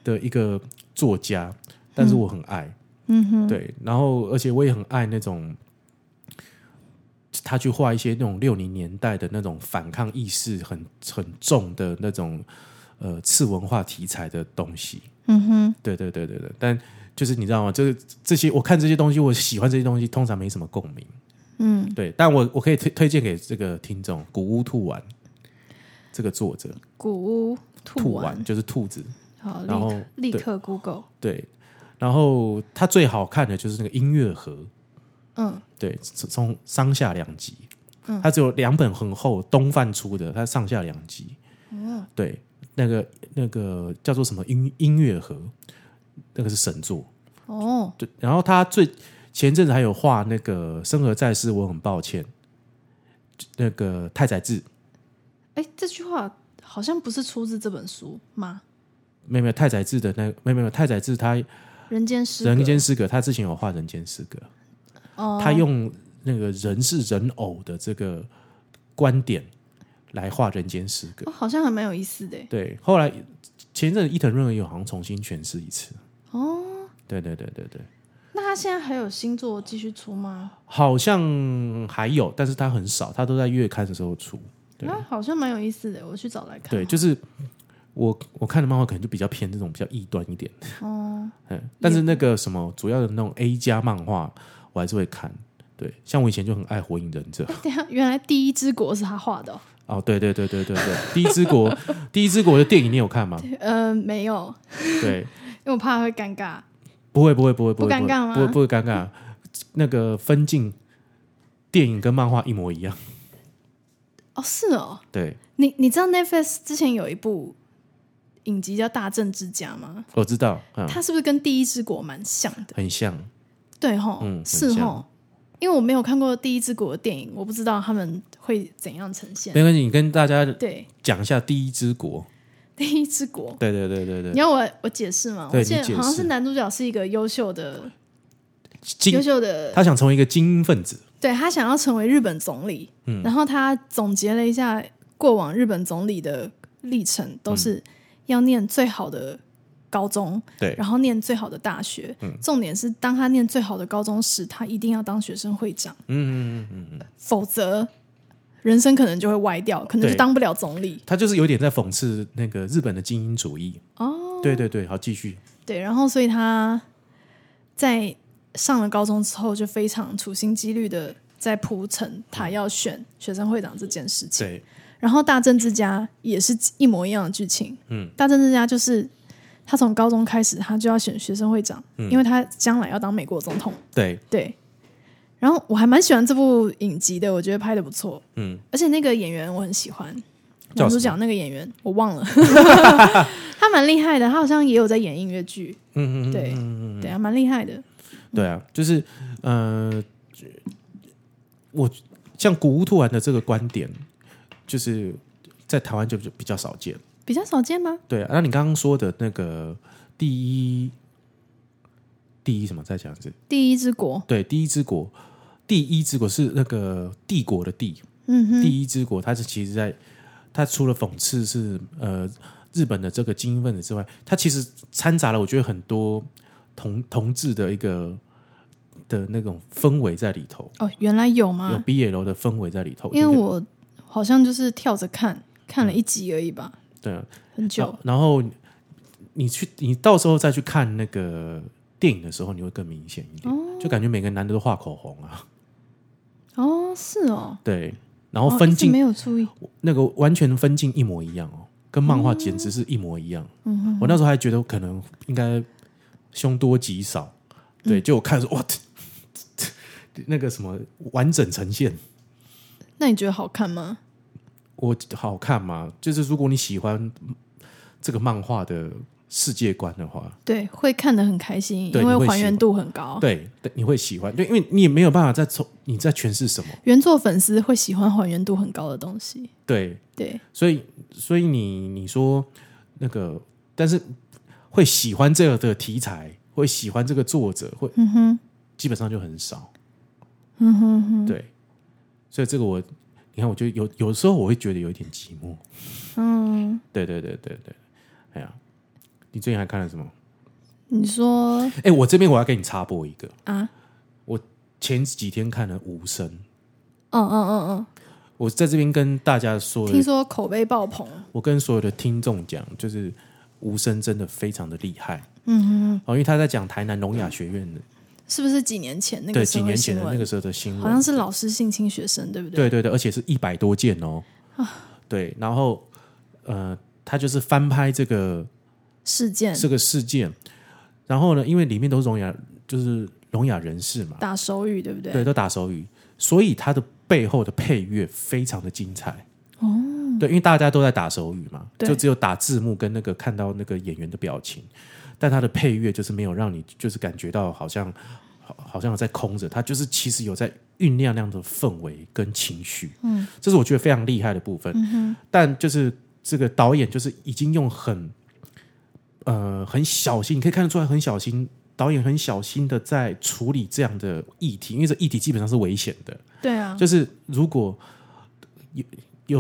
Speaker 1: 的一个作家，但是我很爱，嗯哼，对，然后而且我也很爱那种。他去画一些那种六零年代的那种反抗意识很很重的那种呃次文化题材的东西，嗯哼，对对对对对，但就是你知道吗？就是这些，我看这些东西，我喜欢这些东西，通常没什么共鸣。嗯，对，但我我可以推推荐给这个听众《古屋兔丸》这个作者，
Speaker 2: 古屋
Speaker 1: 兔
Speaker 2: 兔
Speaker 1: 丸
Speaker 2: 丸，
Speaker 1: 就是兔子，
Speaker 2: 好，立
Speaker 1: 然后
Speaker 2: 刻立
Speaker 1: 对
Speaker 2: 刻 Google，
Speaker 1: 对。然后它最好看的就是那个音乐盒，
Speaker 2: 嗯，
Speaker 1: 对，从从上下两集，它只有两本很厚，东贩出的，它上下两集，对，那个那个叫做什么音音乐盒，那个是神作，
Speaker 2: 哦，
Speaker 1: 对，然后他最前阵子还有画那个《生而在世》，我很抱歉，那个太宰治，
Speaker 2: 哎、这句话好像不是出自这本书吗？
Speaker 1: 没有没有太宰治的那没有没有太宰治他《
Speaker 2: 人间失格
Speaker 1: 人间失格》，他之前有画《人间失格》
Speaker 2: 哦
Speaker 1: 他用那个人是人偶的这个观点来画《人间失格》
Speaker 2: 哦，好像还蛮有意思的耶，
Speaker 1: 对，后来前阵子伊藤润二又好像重新诠释一次。哦，对对对对对，
Speaker 2: 那他现在还有新作继续出吗？
Speaker 1: 好像还有，但是他很少，他都在月刊的时候出。对
Speaker 2: 啊，好像蛮有意思的，我去找来看。
Speaker 1: 对，就是我我看的漫画可能就比较偏这种比较异端一点。哦， 嗯，但是那个什么主要的那种 A 加漫画，我还是会看。对，像我以前就很爱《火影忍者》
Speaker 2: 等一下原来第一之国是他画的 哦、
Speaker 1: 哦，对对对对对对，《第一之 国》《第一之国》的电影你有看吗？
Speaker 2: 呃，没有，
Speaker 1: 对，
Speaker 2: 因为我怕会尴尬。
Speaker 1: 不会不会不会
Speaker 2: 不
Speaker 1: 会
Speaker 2: 尴尬吗
Speaker 1: 不会不会尴尬，那个分镜电影跟漫画一模一样。
Speaker 2: 哦，是哦，
Speaker 1: 对，
Speaker 2: 你你知道 Netflix 之前有一部影集叫《大政之家》吗？
Speaker 1: 我知道，嗯，
Speaker 2: 它是不是跟《第一之国》蛮像的？
Speaker 1: 很像。
Speaker 2: 对吼，
Speaker 1: 嗯很
Speaker 2: 是吼，因为我没有看过《第一之国》的电影，我不知道他们会怎样呈现。
Speaker 1: 没关系，你跟大家
Speaker 2: 对，
Speaker 1: 讲一下《第一之国》。
Speaker 2: 《第一之国》
Speaker 1: 对对对对
Speaker 2: 你
Speaker 1: 对，
Speaker 2: 要我我解释吗？
Speaker 1: 对
Speaker 2: 我记得
Speaker 1: 你解释
Speaker 2: 好像是男主角是一个优秀的、优
Speaker 1: 精，
Speaker 2: 秀的，
Speaker 1: 他想成为一个精英分子。
Speaker 2: 对他想要成为日本总理，
Speaker 1: 嗯
Speaker 2: 然后他总结了一下过往日本总理的历程，都是要念最好的高中，
Speaker 1: 嗯对，嗯
Speaker 2: 然后念最好的大学。重点是，当他念最好的高中时，他一定要当学生会长，
Speaker 1: 嗯嗯嗯嗯，
Speaker 2: 否则人生可能就会歪掉，可能就
Speaker 1: 对
Speaker 2: 当不了总理。
Speaker 1: 他就是有点在讽刺那个日本的精英主义。哦，对对对，好，继续。
Speaker 2: 对，然后所以他在上了高中之后，就非常处心积虑的在铺陈
Speaker 1: 嗯
Speaker 2: 他要选学生会长这件事情。
Speaker 1: 对，
Speaker 2: 然后大政治家也是一模一样的剧情。嗯，大政治家就是他从高中开始，他就要选学生会长，
Speaker 1: 嗯
Speaker 2: 因为他将来要当美国总统。
Speaker 1: 对，
Speaker 2: 对。然后我还蛮喜欢这部影集的，我觉得拍的不错，
Speaker 1: 嗯，
Speaker 2: 而且那个演员我很喜欢，
Speaker 1: 叫
Speaker 2: 男主
Speaker 1: 什
Speaker 2: 角那个演员我 忘了，他蛮厉害的，他好像也有在演音乐剧，
Speaker 1: 嗯嗯嗯，
Speaker 2: 对
Speaker 1: 嗯嗯嗯
Speaker 2: 对啊，蛮厉害的，
Speaker 1: 对啊，就是呃，我像古屋突然的这个观点，就是在台湾就比较少见。
Speaker 2: 比较少见吗？
Speaker 1: 对啊，那你刚刚说的那个第一第一什么？再讲一次，
Speaker 2: 第一之国，
Speaker 1: 对，第一之国，第一之国是那个帝国的帝，
Speaker 2: 嗯哼，
Speaker 1: 第一之国，它是其实在它除了讽刺是呃日本的这个精英分子之外，它其实掺杂了我觉得很多同同志的一个的那种氛围在里头，
Speaker 2: 哦，原来有
Speaker 1: 有
Speaker 2: 吗？
Speaker 1: BL 的氛围在里头。
Speaker 2: 因为我好像就是跳着看，看了一集而已吧，
Speaker 1: 对啊，
Speaker 2: 很久
Speaker 1: 然然后你去你到时候再去看那个电影的时候，你会更明显一点，就感觉每个男的都画口红啊，
Speaker 2: 哦，是哦，
Speaker 1: 对，然
Speaker 2: 哦
Speaker 1: 后分
Speaker 2: 一直
Speaker 1: 镜
Speaker 2: 没有注意，
Speaker 1: 那个完全分镜一模一样哦，跟漫画简直是一模一样。我那时候还觉得可能应该凶多吉少，对，就我看说哇，这这这那个什么完整呈现，
Speaker 2: 那你觉得好看吗？
Speaker 1: 我好看吗？就是如果你喜欢这个漫画的世界观的话，
Speaker 2: 对，会看得很开心，
Speaker 1: 对
Speaker 2: 因为
Speaker 1: 你会喜
Speaker 2: 还原度很高。
Speaker 1: 对，对你会喜欢，对，因为你也没有办法再从你在诠释什么，
Speaker 2: 原作粉丝会喜欢还原度很高的东西。
Speaker 1: 对，
Speaker 2: 对，
Speaker 1: 所以所以你你说那个，但是会喜欢这个的题材，会喜欢这个作者，会
Speaker 2: 嗯哼，
Speaker 1: 基本上就很少。
Speaker 2: 嗯哼哼，
Speaker 1: 对，所以这个我，你看，我就有有时候我会觉得有一点寂寞。
Speaker 2: 嗯，
Speaker 1: 对对对对对，哎呀，你最近还看了什么？
Speaker 2: 你说嗯
Speaker 1: 哎、我这边我要给你插播一个，
Speaker 2: 啊，
Speaker 1: 前几天看了《无声》，
Speaker 2: 嗯嗯嗯
Speaker 1: 我在这边跟大家说
Speaker 2: 嗯，听
Speaker 1: 了，
Speaker 2: 说口碑爆棚。
Speaker 1: 我跟所有的听众讲，就是《无声》真的非常的厉害
Speaker 2: 嗯哼，
Speaker 1: 哦，因为他在讲台南聋哑学院的，
Speaker 2: 是不是几年前那
Speaker 1: 对
Speaker 2: 个
Speaker 1: 几
Speaker 2: 社
Speaker 1: 年
Speaker 2: 会
Speaker 1: 前
Speaker 2: 新
Speaker 1: 的
Speaker 2: 闻？
Speaker 1: 那个时候的新闻，
Speaker 2: 好像是老师性侵学生，对不对？
Speaker 1: 对对对，而且是一百多件哦。
Speaker 2: 啊
Speaker 1: 对，然后呃，他就是翻拍这个
Speaker 2: 事件
Speaker 1: 这个事件，然后呢，因为里面都是聋哑，就是聋哑人士嘛，
Speaker 2: 打手语，对不对？
Speaker 1: 对，都打手语，所以他的背后的配乐非常的精彩。哦，对，因为大家都在打手语嘛，
Speaker 2: 对
Speaker 1: 就只有打字幕跟那个看到那个演员的表情，但他的配乐就是没有让你就是感觉到好像好好像在空着，他就是其实有在酝酿那样的氛围跟情绪，嗯，这是我觉得非常厉害的部分。但就是这个导演就是已经用很呃很小心，你可以看得出来很小心，导演很小心的在处理这样的议题，因为这议题基本上是危险的，
Speaker 2: 对啊，
Speaker 1: 就是如果有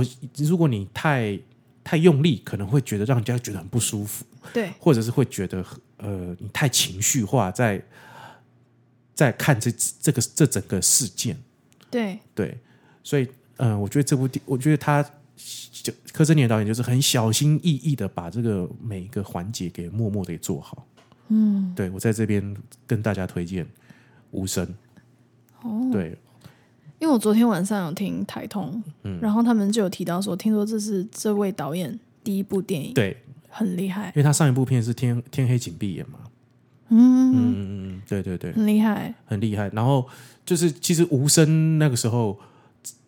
Speaker 1: 有如果你太太用力，可能会觉得让人家觉得很不舒服，
Speaker 2: 对
Speaker 1: 或者是会觉得呃你太情绪化在。在看这这个这整个事件，
Speaker 2: 对，
Speaker 1: 对，所以嗯、呃我觉得这部电，我觉得他就柯震年导演就是很小心翼翼的把这个每一个环节给默默的给做好。嗯，对我在这边跟大家推荐《无声》。哦，对，
Speaker 2: 因为我昨天晚上有听台通，
Speaker 1: 嗯
Speaker 2: 然后他们就有提到说，听说这是这位导演第一部电影，
Speaker 1: 对，
Speaker 2: 很厉害
Speaker 1: 因，为他上一部片是天《天黑请闭眼》嘛。
Speaker 2: 嗯，
Speaker 1: 嗯嗯嗯，对对对，
Speaker 2: 很厉害，
Speaker 1: 很厉害。然后就是其实《无声》那个时候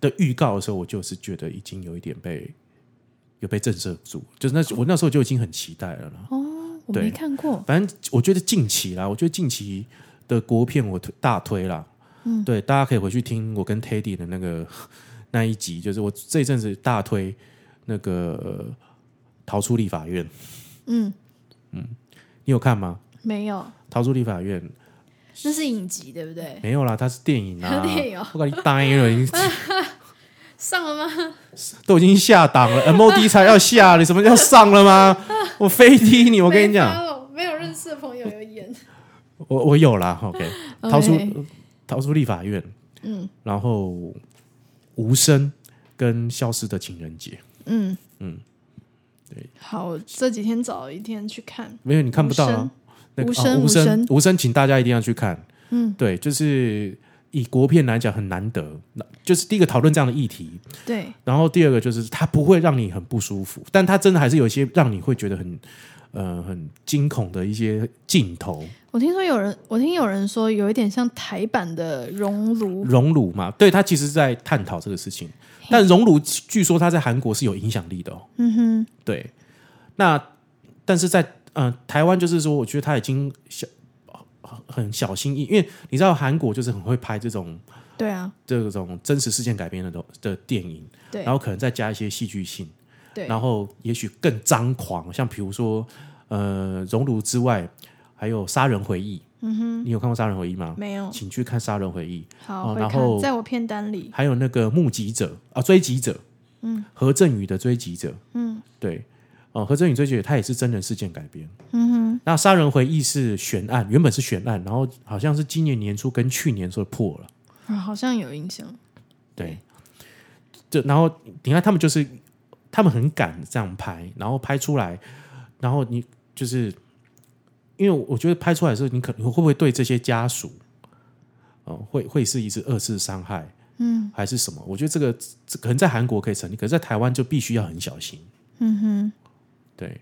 Speaker 1: 的预告的时候，我就是觉得已经有一点被。有被震慑住，就是那我那时候就已经很期待了啦。
Speaker 2: 我
Speaker 1: 对
Speaker 2: 没看过，
Speaker 1: 反正我觉得近期啦，我觉得近期的国片我推大推啦，嗯，对，大家可以回去听我跟 Teddy 的那个 那一集，就是我这一阵子大推那个、呃逃出立法院》，
Speaker 2: 嗯，
Speaker 1: 你有看吗？
Speaker 2: 没有，
Speaker 1: 《逃出立法院》
Speaker 2: 那是影集，对不对？
Speaker 1: 没有啦，它是电影啊，
Speaker 2: 电影哦
Speaker 1: 我把你呆了，已经
Speaker 2: 上了吗？
Speaker 1: 都已经下档 了，MOD 才要下，你什么叫上了吗？我非踢你，我跟你讲，，
Speaker 2: 没有认识的朋友有 演。
Speaker 1: 我我有啦，OK，
Speaker 2: OK
Speaker 1: 逃出逃出立法院，嗯，然后无声跟消失的情人节，
Speaker 2: 嗯
Speaker 1: 嗯，对。
Speaker 2: 好，我这几天找一天去看。
Speaker 1: 没有你看不到
Speaker 2: 无声
Speaker 1: 啊，那个
Speaker 2: 无
Speaker 1: 啊
Speaker 2: 声
Speaker 1: 无
Speaker 2: 无声
Speaker 1: 无声，请大家一定要去看，
Speaker 2: 嗯，
Speaker 1: 对，就是以国片来讲很难得，那就是第一个讨论这样的议题，
Speaker 2: 对，
Speaker 1: 然后第二个就是它不会让你很不舒服，但它真的还是有一些让你会觉得很呃很惊恐的一些镜头，
Speaker 2: 我听说有人，我听有人说有一点像台版的《熔炉》，
Speaker 1: 熔炉嘛，对，它其实在探讨这个事情，但熔炉据说它在韩国是有影响力的哦，
Speaker 2: 嗯
Speaker 1: 对，那但是在呃台湾就是说，我觉得他已经小很小心翼翼，因为你知道韩国就是很会拍这种
Speaker 2: 哼，对啊，
Speaker 1: 这种真实事件改编的东的电影，
Speaker 2: 对
Speaker 1: 然后可能再加一些戏剧性，
Speaker 2: 对，
Speaker 1: 然后也许更张狂，像比如说呃《熔炉》之外，还有《杀人回忆》。嗯哼，你有看过《杀人回忆》吗？
Speaker 2: 没有
Speaker 1: 请去看《杀人回忆》，
Speaker 2: 好，
Speaker 1: 哦
Speaker 2: 会
Speaker 1: 然
Speaker 2: 看，
Speaker 1: 后
Speaker 2: 在我片单里，
Speaker 1: 还有那个目击者啊，追击者，嗯，何振宇的追击者，嗯，对，哦，何振宇追击者，他也是真人事件改编，嗯哼。那杀人回忆是悬案，原本是悬案，然后好像是今年年初跟去年说破了，
Speaker 2: 啊好像有印象，
Speaker 1: 对。这然后你看他们就是他们很敢这样拍，然后拍出来，然后你就是因为我觉得拍出来的时候，你可能会不会对这些家属，哦、会会是一次二次伤害。
Speaker 2: 嗯
Speaker 1: 还是什么？我觉得这个这可能在韩国可以成立，可是在台湾就必须要很小心。
Speaker 2: 嗯哼，
Speaker 1: 对，哎呀，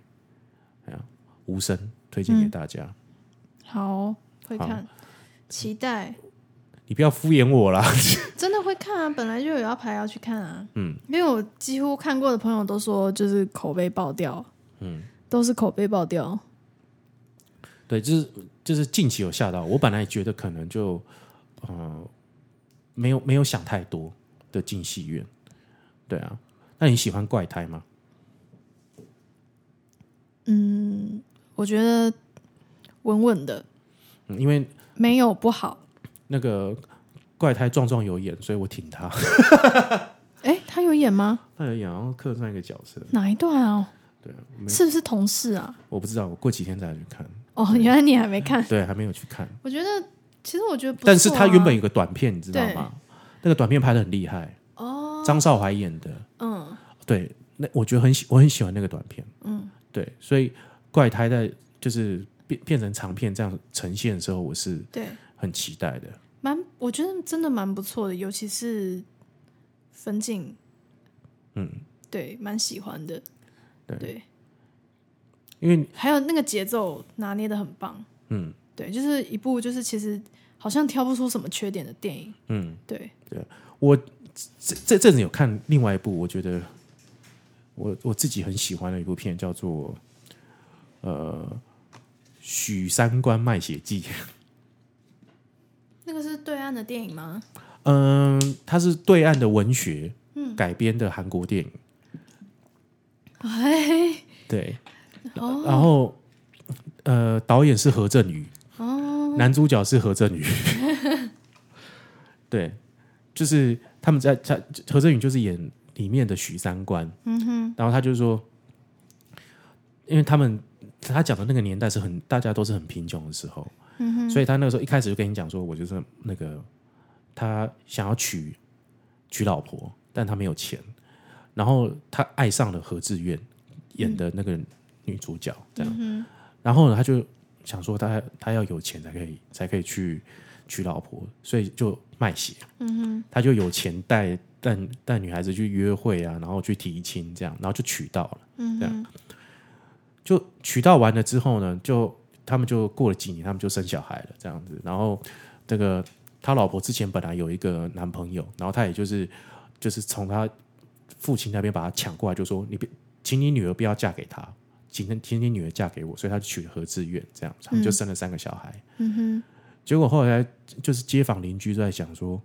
Speaker 1: 无声推荐给大家，
Speaker 2: 好，会
Speaker 1: 好
Speaker 2: 看，期待，
Speaker 1: 你不要敷衍我啦。
Speaker 2: 真的会看啊，本来就有要排要去看啊，
Speaker 1: 嗯，
Speaker 2: 因为我几乎看过的朋友都说就是口碑爆掉，
Speaker 1: 嗯，
Speaker 2: 都是口碑爆掉，
Speaker 1: 对，就是就是近期有吓到我，我本来觉得可能就呃没有没有想太多的进戏院。对啊，那你喜欢怪胎吗？
Speaker 2: 我觉得稳稳的，
Speaker 1: 嗯、因为
Speaker 2: 没有不好。
Speaker 1: 那个怪胎壮壮有演，所以我挺他。
Speaker 2: 哎，他有演吗？
Speaker 1: 他有演，然后客串一个角色，
Speaker 2: 哪一段啊？
Speaker 1: 对啊，没
Speaker 2: 是不是同事啊？
Speaker 1: 我不知道，我过几天再去看。
Speaker 2: 哦，原来你还没看。
Speaker 1: 对，还没有去看。
Speaker 2: 我觉得，其实我觉得不错啊、
Speaker 1: 但是他原本有个短片，你知道吗？那个短片拍的很厉害，
Speaker 2: 哦，
Speaker 1: 张少怀演的。
Speaker 2: 嗯
Speaker 1: 对，那我觉得很喜，我很喜欢那个短片。
Speaker 2: 嗯，
Speaker 1: 对，所以怪胎在就是变变成长片这样呈现的时候，我是
Speaker 2: 对，
Speaker 1: 很期待的。
Speaker 2: 蛮，我觉得真的蛮不错的，尤其是分镜，
Speaker 1: 嗯，
Speaker 2: 对，蛮喜欢的。
Speaker 1: 对
Speaker 2: 对，
Speaker 1: 因为
Speaker 2: 还有那个节奏拿捏的很棒。
Speaker 1: 嗯
Speaker 2: 对，就是一部就是其实好像挑不出什么缺点的电影。
Speaker 1: 嗯，
Speaker 2: 对，
Speaker 1: 这这阵子有看另外一部，我觉得我我自己很喜欢的一部片，叫做呃《许三观卖血记》。
Speaker 2: 那个是对岸的电影吗？
Speaker 1: 嗯，它是对岸的文学改编的韩国电影。
Speaker 2: 哎，
Speaker 1: 对，
Speaker 2: 哦
Speaker 1: 然后呃，导演是何振宇，
Speaker 2: 哦，
Speaker 1: 男主角是何振 宇。对，就是他们在他何振宇就是演里面的许三观，
Speaker 2: 嗯哼，
Speaker 1: 然后他就说，因为他们他讲的那个年代是很大家都是很贫穷的时候，
Speaker 2: 嗯哼，
Speaker 1: 所以他那个时候一开始就跟你讲说，我就是那个他想要娶娶老婆，但他没有钱，然后他爱上了何志远演的那个女主角，这样，
Speaker 2: 嗯
Speaker 1: 然后呢，他就想说他他要有钱才可以才可以去娶老婆，所以就卖血，
Speaker 2: 嗯
Speaker 1: 他就有钱带带带女孩子去约会啊，然后去提亲这样，然后就娶到了。
Speaker 2: 哼，嗯
Speaker 1: 这
Speaker 2: 哼，
Speaker 1: 就娶到完了之后呢，就他们就过了几年，他们就生小孩了，这样子。然后这个他老婆之前本来有一个男朋友，然后他也就是就是从他父亲那边把他抢过来，就说你别，请你女儿不要嫁给他，请请你女儿嫁给我，所以他就娶了何志远，这样他们就生了三个小孩。
Speaker 2: 嗯哼，
Speaker 1: 结果后来就是街坊邻居都在想说，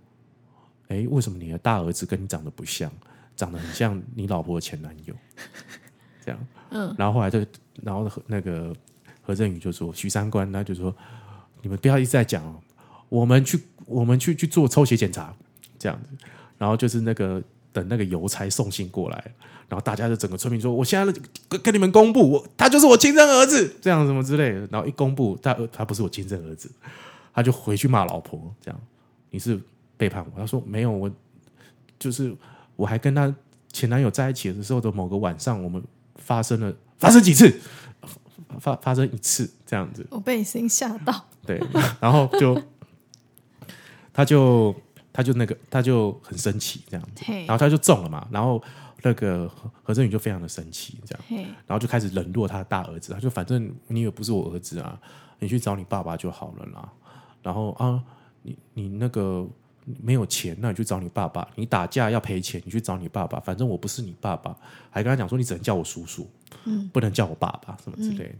Speaker 1: 哎，为什么你的大儿子跟你长得不像，长得很像你老婆的前男友？ 这样，嗯，然后后来就，然后那个何振宇就说，徐三观他就说，你们不要一直在讲哦，我们去我们去去做抽血检查，这样子，然后就是那个等那个邮差送信过来，然后大家就整个村民说，我现在跟跟你们公布，我他就是我亲生儿子，这样什么之类的，然后一公布他他不是我亲生儿子，他就回去骂老婆，这样你是背叛我。他说没有，我就是我还跟他前男友在一起的时候的某个晚上，我们发生了发生几次，发发生一次这样子，
Speaker 2: 我被你声音吓到。
Speaker 1: 对，然后就他就他就那个他就很生气这样，
Speaker 2: 嘿
Speaker 1: 然，后他就中了嘛，然后那个何何振宇就非常的生气这样。
Speaker 2: 嘿，
Speaker 1: 然后就开始冷落他的大儿子，他就反正你也不是我儿子啊，你去找你爸爸就好了啦。然后啊，你你那个没有钱，那你去找你爸爸。你打架要赔钱，你去找你爸爸。反正我不是你爸爸，还跟他讲说你只能叫我叔叔，不能叫我爸爸什么之类的。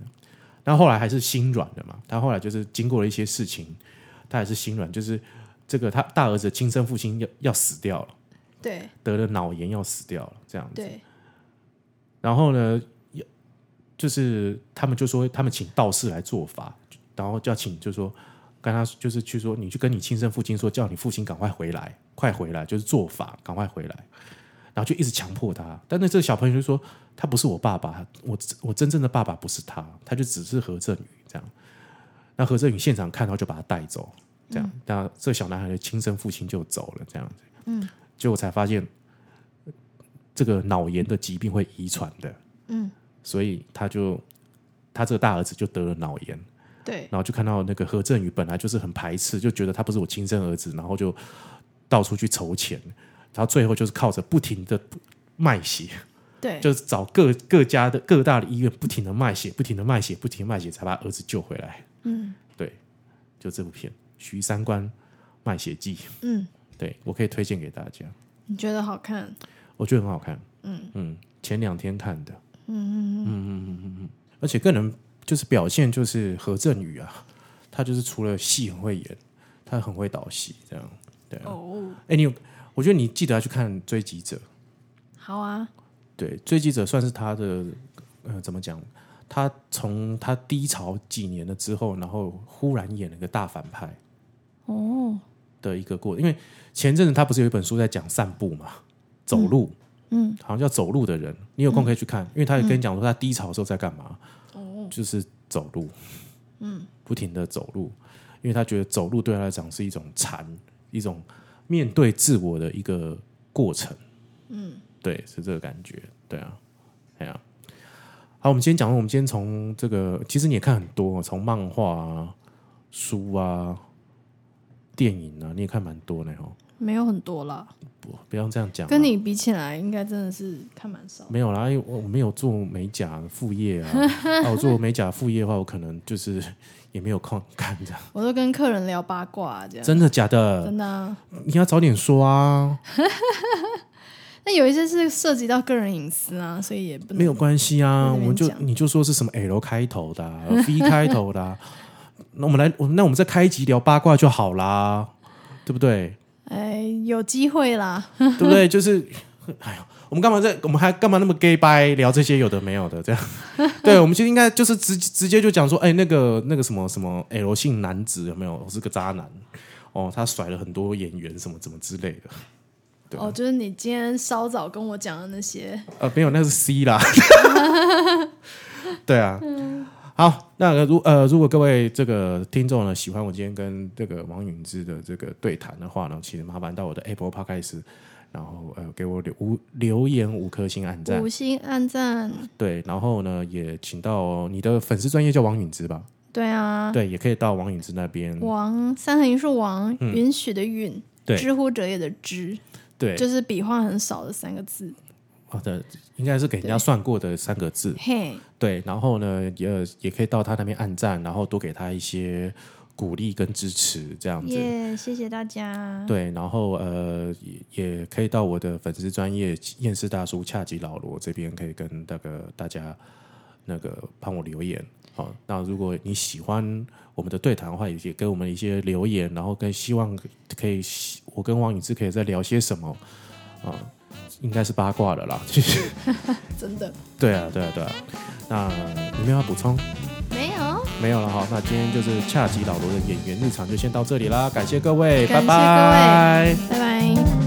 Speaker 1: 那后来还是心软的嘛，他后来就是经过了一些事情，他还是心软，就是这个他大儿子的亲生父亲要要死掉了，
Speaker 2: 对
Speaker 1: 得了脑炎要死掉了，这样子。
Speaker 2: 对，
Speaker 1: 然后呢，也就是他们就说他们请道士来做法，然后就要请，就是说跟他就是去说，你去跟你亲生父亲说，叫你父亲赶快回来，快回来，就是做法，赶快回来。然后就一直强迫他，但那这个小朋友就说他不是我爸爸，我我真正的爸爸不是他，他就只是何振宇这样。那何振宇现场看到就把他带走，这样，那这小男孩的亲生父亲就走了，这样子。嗯，结果才发现这个脑炎的疾病会遗传的，
Speaker 2: 嗯，
Speaker 1: 所以他就他这个大儿子就得了脑炎，
Speaker 2: 对
Speaker 1: 然后就看到那个何振宇本来就是很排斥，就觉得他不是我亲生儿子，然后就到处去筹钱，然后最后就是靠着不停的卖血，
Speaker 2: 对，
Speaker 1: 就是找各各家的各大的医院不停的卖血，不停的卖血，不停的卖血，才把儿子救回来。
Speaker 2: 嗯
Speaker 1: 对，就这部片《徐三观卖血记》，
Speaker 2: 嗯，
Speaker 1: 对我可以推荐给大家，
Speaker 2: 你觉得好看？
Speaker 1: 我觉得很好看。嗯嗯，前两天看的。嗯嗯嗯嗯嗯嗯，而且个人就是表现就是何振宇啊，他就是除了戏很会演，他很会导戏这样。对啊，
Speaker 2: 哦，
Speaker 1: 哎、你有，我觉得你记得要去看《追击者》。
Speaker 2: 好啊，
Speaker 1: 对，《追击者》算是他的呃，怎么讲？他从他低潮几年了之后，然后忽然演了个大反派
Speaker 2: 哦，
Speaker 1: 的一个过，因为前阵子他不是有一本书在讲散步嘛，走路，
Speaker 2: 嗯，
Speaker 1: 好像叫走路的人，你有空可以去看，因为他也跟你讲说他低潮的时候在干嘛，
Speaker 2: 哦，
Speaker 1: 就是走路，嗯，不停的走路，因为他觉得走路对他来讲是一种禅，一种面对自我的一个过程，嗯，对，是这个感觉，对啊，哎呀、好，我们今天讲完，我们今天从这个，其实你也看很多，从漫画啊、书啊、电影啊，你也看蛮多呢哦，
Speaker 2: 没有很多啦，
Speaker 1: 不，不要这样讲啊，
Speaker 2: 跟你比起来，应该真的是看蛮少。
Speaker 1: 没有啦，因为我我没有做美甲副业 啊。啊，我做美甲副业的话，我可能就是 也没有空看这样。
Speaker 2: 我都跟客人聊八卦、这样，
Speaker 1: 真的假的？
Speaker 2: 啊真的啊。
Speaker 1: 你要早点说啊，
Speaker 2: 那有一些是涉及到个人隐私啊，所以也不能
Speaker 1: 没有关系啊，
Speaker 2: 不能
Speaker 1: 我们就
Speaker 2: 讲
Speaker 1: 你就说是什么 L 开头的、啊、V 开头的、啊，那我们来，我那我们再开一集聊八卦就好啦，对不对？
Speaker 2: 哎，有机会啦，
Speaker 1: 对不对？ 就是，哎呀，我们干嘛在？我们还干嘛那么 gay 掰聊这些有的没有的这样？ 对，我们就应该就是直直接就讲说，哎，那个那个什么什么 L 姓男子有没有？我是个渣男哦，他甩了很多演员什么怎么之类的。对啊
Speaker 2: 哦，就是你今天稍早跟我讲的那些，
Speaker 1: 呃，没有，那是 C 啦。 对啊，好，那如呃，如果各位这个听众呢喜欢我今天跟这个王允之的这个对谈的话呢，其实麻烦到我的 Apple Podcast，然后呃给我留五留言五颗星按赞
Speaker 2: 五，星暗赞，
Speaker 1: 对，然后呢也请到你的粉丝专业叫王允之吧，
Speaker 2: 对啊，
Speaker 1: 对，也可以到王允之那边，
Speaker 2: 王三横一竖王，允许的允，
Speaker 1: 嗯对
Speaker 2: 知乎者也的知，
Speaker 1: 对，
Speaker 2: 就是笔画很少的三个字，
Speaker 1: 好的，应该是给人家算过的三个字，
Speaker 2: 嘿，
Speaker 1: 对，然后呢，也也可以到他那边按赞，然后多给他一些鼓励跟支持，这样子。
Speaker 2: 耶，谢谢大家，
Speaker 1: 对，然后呃，也也可以到我的粉丝专业验尸大叔恰吉老罗这边，可以跟那个大家那个帮我留言。好、那如果你喜欢我们的对谈的话，也也给我们一些留言，然后跟希望可以，我跟王宇之可以再聊些什么啊、应该是八卦的啦，其实
Speaker 2: 真的
Speaker 1: 对啊，对啊，对啊。那你们要补充？
Speaker 2: 没有，
Speaker 1: 没有了哈，那今天就是恰吉老罗的演员日常就先到这里啦，感谢各位，
Speaker 2: 感谢各位
Speaker 1: 拜拜。
Speaker 2: 拜拜。